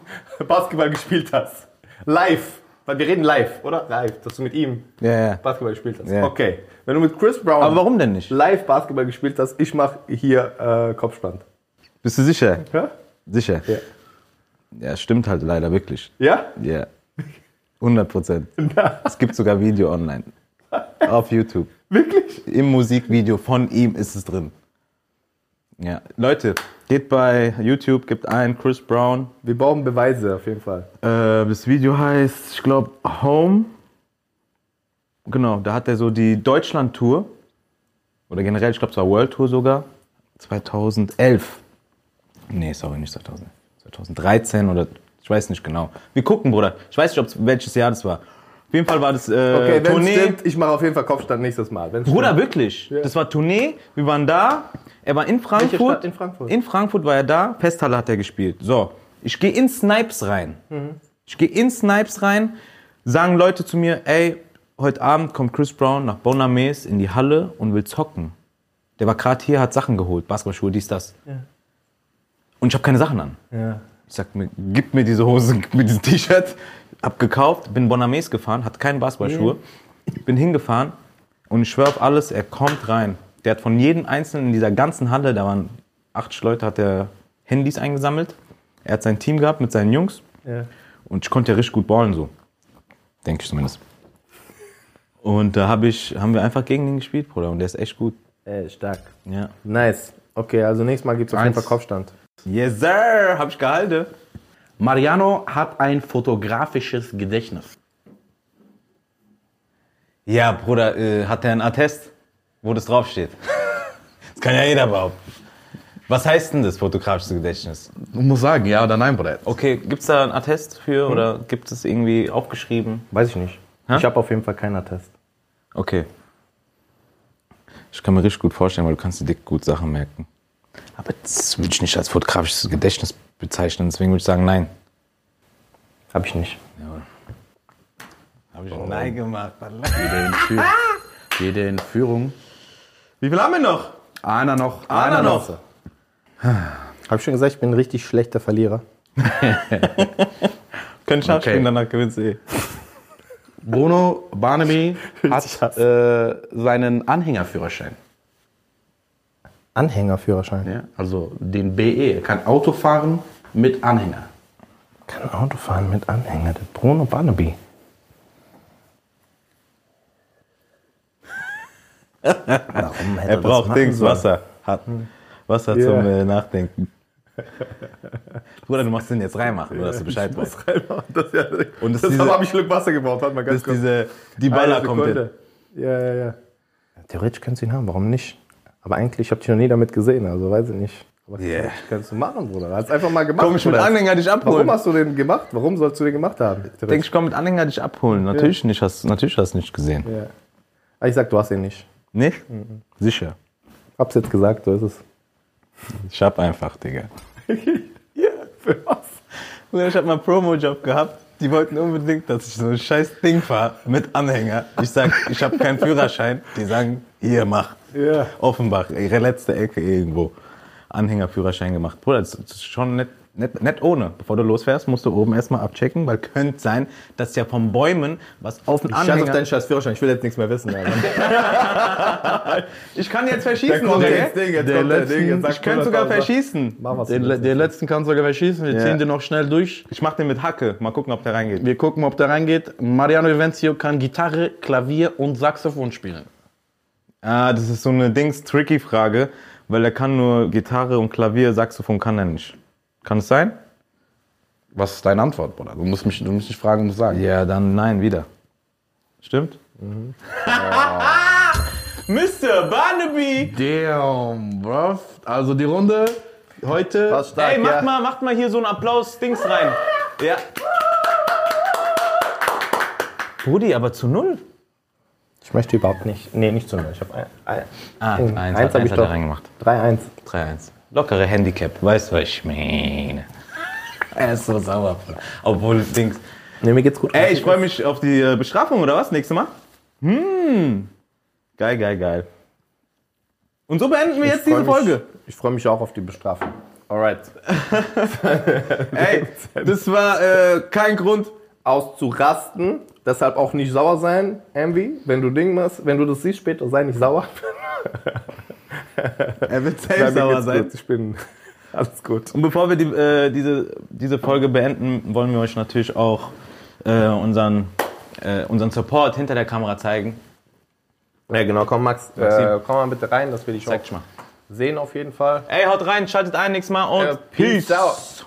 B: Basketball gespielt hast, live, weil wir reden live, oder? Live, dass du mit ihm
C: Ja, ja.
B: Basketball gespielt hast.
C: Ja.
B: Okay, wenn du mit Chris Brown
C: Aber warum denn nicht?
B: live Basketball gespielt hast, ich mache hier äh, Kopfstand.
C: Bist du sicher?
B: Ja?
C: Sicher?
B: Ja.
C: Ja, stimmt halt leider wirklich.
B: Ja?
C: Ja. 100 Prozent. Es gibt sogar Video online. Auf YouTube.
B: Wirklich?
C: Im Musikvideo von ihm ist es drin. Ja. Leute, geht bei YouTube, gibt ein Chris Brown.
B: Wir brauchen Beweise auf jeden Fall.
C: Äh, das Video heißt, ich glaube, Home. Genau, da hat er so die Deutschland-Tour. Oder generell, ich glaube, es war World Tour sogar. 2011. Nee, sorry, nicht 2011. 2013 oder ich weiß nicht genau. Wir gucken, Bruder. Ich weiß nicht, ob's, welches Jahr das war. Auf jeden Fall war das äh,
B: Okay, wenn
C: Tournee.
B: stimmt, ich mache auf jeden Fall Kopfstand nächstes Mal. Wenn's
C: Bruder, wirklich.
B: Ja.
C: Das war Tournee, wir waren da. Er war in Frankfurt.
B: Stadt? In Frankfurt?
C: In Frankfurt war er da. Festhalle hat er gespielt. So, Ich gehe in Snipes rein.
B: Mhm.
C: Ich gehe in Snipes rein, sagen Leute zu mir, ey, heute Abend kommt Chris Brown nach Bonames in die Halle und will zocken. Der war gerade hier, hat Sachen geholt, Basketballschuhe, dies, das. Und ich habe keine Sachen an. Ich sag mir, gib mir diese Hose, gib mir dieses T-Shirt. Hab gekauft, bin Bonames gefahren, hat keine Basketballschuhe. Bin hingefahren und ich schwör auf alles, er kommt rein. Der hat von jedem Einzelnen in dieser ganzen Halle, da waren acht Leute, hat er Handys eingesammelt. Er hat sein Team gehabt mit seinen Jungs. Und ich konnte ja richtig gut ballen, so. Denke ich zumindest. Und da hab ich, haben wir einfach gegen ihn gespielt, Bruder. Und der ist echt gut.
B: Äh, stark.
C: Ja.
B: Nice. Okay, also nächstes Mal gibt es auf jeden
D: Eins.
B: Fall Kopfstand.
C: Yes, sir! Hab ich gehalten.
D: Mariano hat ein fotografisches Gedächtnis.
C: Ja, Bruder, äh, hat er einen Attest, wo das <laughs> draufsteht? das kann ja jeder behaupten. Was heißt denn das fotografische Gedächtnis?
D: Du musst sagen, ja oder nein, Bruder.
C: Okay, gibt's da einen Attest für oder gibt es irgendwie aufgeschrieben?
B: Weiß ich nicht. Ich habe auf jeden Fall keinen Attest.
C: Okay. Ich kann mir richtig gut vorstellen, weil du kannst dir dick gut Sachen merken. Aber das würde ich nicht als fotografisches Gedächtnis bezeichnen, deswegen würde ich sagen, nein.
B: Habe ich nicht.
C: Habe ich Nein gemacht.
D: Jede in Führung. Jede in Führung.
C: Wie viel haben wir noch?
D: Einer noch.
C: Einer noch.
B: Habe ich schon gesagt, ich bin ein richtig schlechter Verlierer.
C: Können Schachspielen,
D: Okay.
C: danach gewinnst du eh.
D: Bruno
C: <laughs>
D: Barnaby hat äh, seinen Anhängerführerschein.
B: Anhängerführerschein.
D: Ja? Also den BE. Er kann Auto fahren mit Anhänger.
B: Kann Auto fahren mit Anhänger. Der Bruno Barnaby. Warum hätte
C: Er braucht Dings Wasser. Hat Wasser
B: Yeah.
C: zum äh, Nachdenken. <laughs> Bruder, du machst den jetzt reinmachen, nur dass du Bescheid weißt.
B: Das, ja,
C: Und das,
B: deshalb
C: ist diese,
B: habe ich Schluck Wasser gebraucht. Warte mal
C: das
B: ganz
C: ist diese, die Baller
B: Eine
C: kommt jetzt.
B: Sekunde. Ja, ja, ja. Theoretisch kannst du ihn haben, warum nicht? Aber eigentlich habe ich dich noch nie damit gesehen, also weiß ich nicht. Aber
C: Yeah.
B: kannst du machen, Bruder. Hast einfach mal gemacht.
C: Komm ich mit
B: Bruder.
C: Anhänger dich abholen.
B: Warum hast du den gemacht? Warum sollst du den gemacht haben?
C: Denkst du, ich komm mit Anhänger dich abholen? Natürlich nicht, hast, natürlich hast du nicht gesehen.
B: ja. Ah, Ich sag, du hast ihn nicht.
C: Nicht? Sicher.
B: Hab's jetzt gesagt, so ist es.
C: Ich hab einfach, Digga. ja, für was? Bruder, ich hab mal einen Promo-Job gehabt. Die wollten unbedingt, dass ich so ein scheiß Ding fahre mit Anhänger. Ich sag, ich hab keinen Führerschein. Die sagen, hier, mach.
B: Ja.
C: Offenbach, ihre letzte Ecke irgendwo. Anhängerführerschein gemacht. Bruder, das ist schon nicht, nicht, nicht ohne. Bevor du losfährst, musst du oben erstmal abchecken, weil könnte sein, dass ja vom Bäumen was auf den
B: Scheiß auf
C: Anhänger...
B: deinen scheiß Führerschein, ich will jetzt nichts mehr wissen. Alter.
C: ich kann jetzt verschießen,
B: kommt
C: sogar.
B: jetzt Ding, jetzt
D: der
B: kommt der
D: letzten-
B: Ding, jetzt sagt
C: Ich könnte sogar
B: 100.000.
C: verschießen.
B: <laughs> Mach was.
D: Den, le- den letzten kann sogar verschießen. Wir ziehen den noch schnell durch.
C: Ich mach den mit Hacke. Mal gucken, ob der reingeht.
D: Wir gucken, ob der reingeht. Mariano Vivencio kann Gitarre, Klavier und Saxophon spielen.
C: Ah, das ist so eine Dings-Tricky-Frage, weil er kann nur Gitarre und Klavier, Saxophon kann er nicht. Kann es sein?
D: Was ist deine Antwort, Bruder? Du musst, mich, du musst nicht fragen, du musst sagen.
C: Ja, dann nein, wieder. Stimmt? <laughs> Mr. Barnaby!
D: Damn, bruv. Also die Runde heute.
B: War's stark,
C: Ey, macht,
B: ja.
C: mal, macht mal hier so einen Applaus-Dings rein. Ja. Brudi, aber zu null?
B: Ich möchte überhaupt nicht. Nee, nicht zu null. Ich habe ein, ein,
C: Ah,
B: eins, Oh, eins habe ich
C: hat er
B: doch.
C: reingemacht.
B: 3-1.
C: 3-1. Lockere Handicap, weißt du, was ich meine? Er ist so sauer, Bruder. Obwohl, Dings.
B: Nee, mir geht's gut.
C: Ey, ich freue mich auf die äh, Bestrafung, oder was? Nächstes Mal? Hm. Geil, geil, geil. Und so beenden wir jetzt
B: freu
C: diese
B: mich-
C: Folge.
B: Ich freue mich auch auf die Bestrafung. Alright.
C: <laughs> Ey, das war äh, kein Grund.
B: auszurasten. Deshalb auch nicht sauer sein, Envy. Wenn du Ding machst, wenn du das siehst später, sei nicht sauer.
C: Er
B: Nein,
C: wird safe
B: mir
C: sauer
B: geht's
C: sein.
B: gut. Ich bin <laughs> alles gut.
C: Und bevor wir die, äh, diese, diese Folge beenden, wollen wir euch natürlich auch äh, unseren, äh, unseren Support hinter der Kamera zeigen.
B: Ja, genau. Komm, Max, äh,
C: Maxim.
B: komm mal bitte rein, dass wir dich
C: Zeig ich mal.
B: sehen auf jeden Fall.
C: Ey, haut rein, schaltet ein nächstes Mal und
B: Äh, peace out.